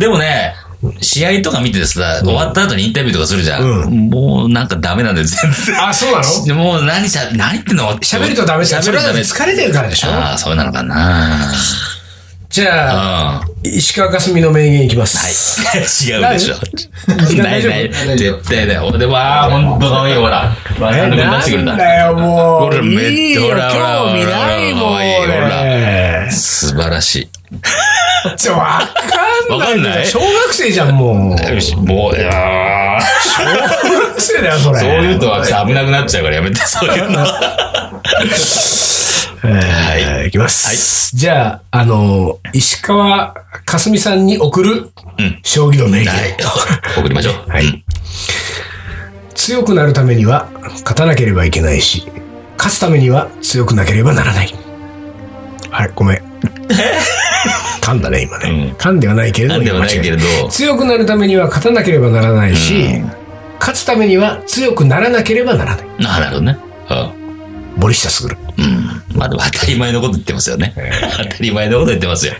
[SPEAKER 2] でもね、試合とか見ててさ、終わった後にインタビューとかするじゃん。
[SPEAKER 1] う
[SPEAKER 2] もうなんかダメなんだよ、全然。
[SPEAKER 1] あ、そうなの
[SPEAKER 2] もう何しゃ、何言ってんの
[SPEAKER 1] 喋るとダメじゃん。
[SPEAKER 2] 喋
[SPEAKER 1] そ
[SPEAKER 2] る
[SPEAKER 1] れ
[SPEAKER 2] と
[SPEAKER 1] は
[SPEAKER 2] ダメ
[SPEAKER 1] 疲れてるからでしょ
[SPEAKER 2] ああ、そうなのかな。
[SPEAKER 1] じ
[SPEAKER 2] う
[SPEAKER 1] ゃあ、
[SPEAKER 2] ん。
[SPEAKER 1] 石川佳純の名言いきます。
[SPEAKER 2] 違うでしょ。 な
[SPEAKER 1] 大
[SPEAKER 2] い
[SPEAKER 1] 丈夫
[SPEAKER 2] ない。絶対だよ。でも、ああ、ほんとかわいいよ、ほら。わかんなくなってくるん
[SPEAKER 1] なん
[SPEAKER 2] だ。
[SPEAKER 1] だよ、も
[SPEAKER 2] ほら
[SPEAKER 1] う。
[SPEAKER 2] めっ
[SPEAKER 1] いい
[SPEAKER 2] ほ
[SPEAKER 1] よ、興
[SPEAKER 2] らほら
[SPEAKER 1] 味ないもん、
[SPEAKER 2] ほらほらほら
[SPEAKER 1] 俺。
[SPEAKER 2] 素晴らし
[SPEAKER 1] ちょ、わかんない。
[SPEAKER 2] わかんない
[SPEAKER 1] 小学生じゃん、もう。
[SPEAKER 2] い。よし、もう、いやー
[SPEAKER 1] 小学生だよ、それ。
[SPEAKER 2] そういうとは危なくなっちゃうからやめて、そう いうの。
[SPEAKER 1] はい。いきます。じゃあ、あの、石川かすみさんに送る
[SPEAKER 2] ん、
[SPEAKER 1] 将棋の名言。
[SPEAKER 2] 送りましょう。はい。
[SPEAKER 1] 強くなるためには、勝たなければいけないし、勝つためには強くなければならない。はい、ごめ ん。噛んだね、今
[SPEAKER 2] うん
[SPEAKER 1] ね。噛んではないけれど
[SPEAKER 2] な
[SPEAKER 1] も、
[SPEAKER 2] んではないけれど、
[SPEAKER 1] 今間違えた強くなるためには勝たなければならないし、勝つためには強くならなければならない。
[SPEAKER 2] なるほどね。
[SPEAKER 1] 森下卓。
[SPEAKER 2] うん。まあでも当たり前のこと言ってますよね。当たり前のこと言って ますよ。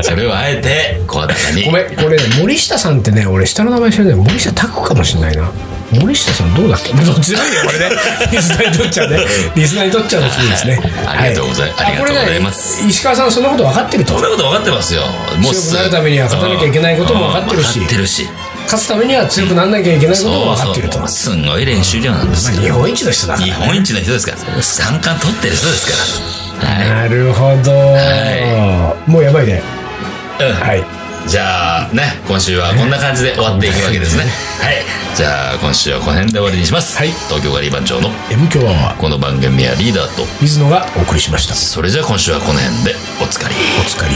[SPEAKER 2] それをあえて、小高に。
[SPEAKER 1] ごめん、これね、森下さんってね、俺下の名前知らない。森下拓かもしれないな。森下さんどうだっけどっちでもいいよ、これね。 リスナーにとっちゃうね。リスナーにとっちゃうの好きですね。
[SPEAKER 2] ありがとうござい
[SPEAKER 1] は
[SPEAKER 2] ありがとうございます
[SPEAKER 1] あこれね石川さん、そんなこと分かってると。
[SPEAKER 2] そんなこと分かってますよ。もう
[SPEAKER 1] 強くなるためには勝たなきゃいけないことも分かってるし
[SPEAKER 2] うん分かってるし。
[SPEAKER 1] 勝つためには強くならなきゃいけないことも分かってると。
[SPEAKER 2] そうそうすんごい練習量なんです
[SPEAKER 1] まあ
[SPEAKER 2] けど
[SPEAKER 1] 日本一の人だから
[SPEAKER 2] 日
[SPEAKER 1] ね。
[SPEAKER 2] 本一の人ですから。三冠取ってる人ですから。はい。
[SPEAKER 1] なるほど、もうやばいね。
[SPEAKER 2] うん
[SPEAKER 1] はい。
[SPEAKER 2] じゃあね、今週はこんな感じで終わっていくわけですね。はい。じゃあ今週はこの辺で終わりにします。
[SPEAKER 1] はい
[SPEAKER 2] 東京ガリバン長の
[SPEAKER 1] M 強アワー、
[SPEAKER 2] この番組はリーダーと、
[SPEAKER 1] 水野がお送りしました。
[SPEAKER 2] それじゃあ今週はこの辺でおつかり。
[SPEAKER 1] お疲れ。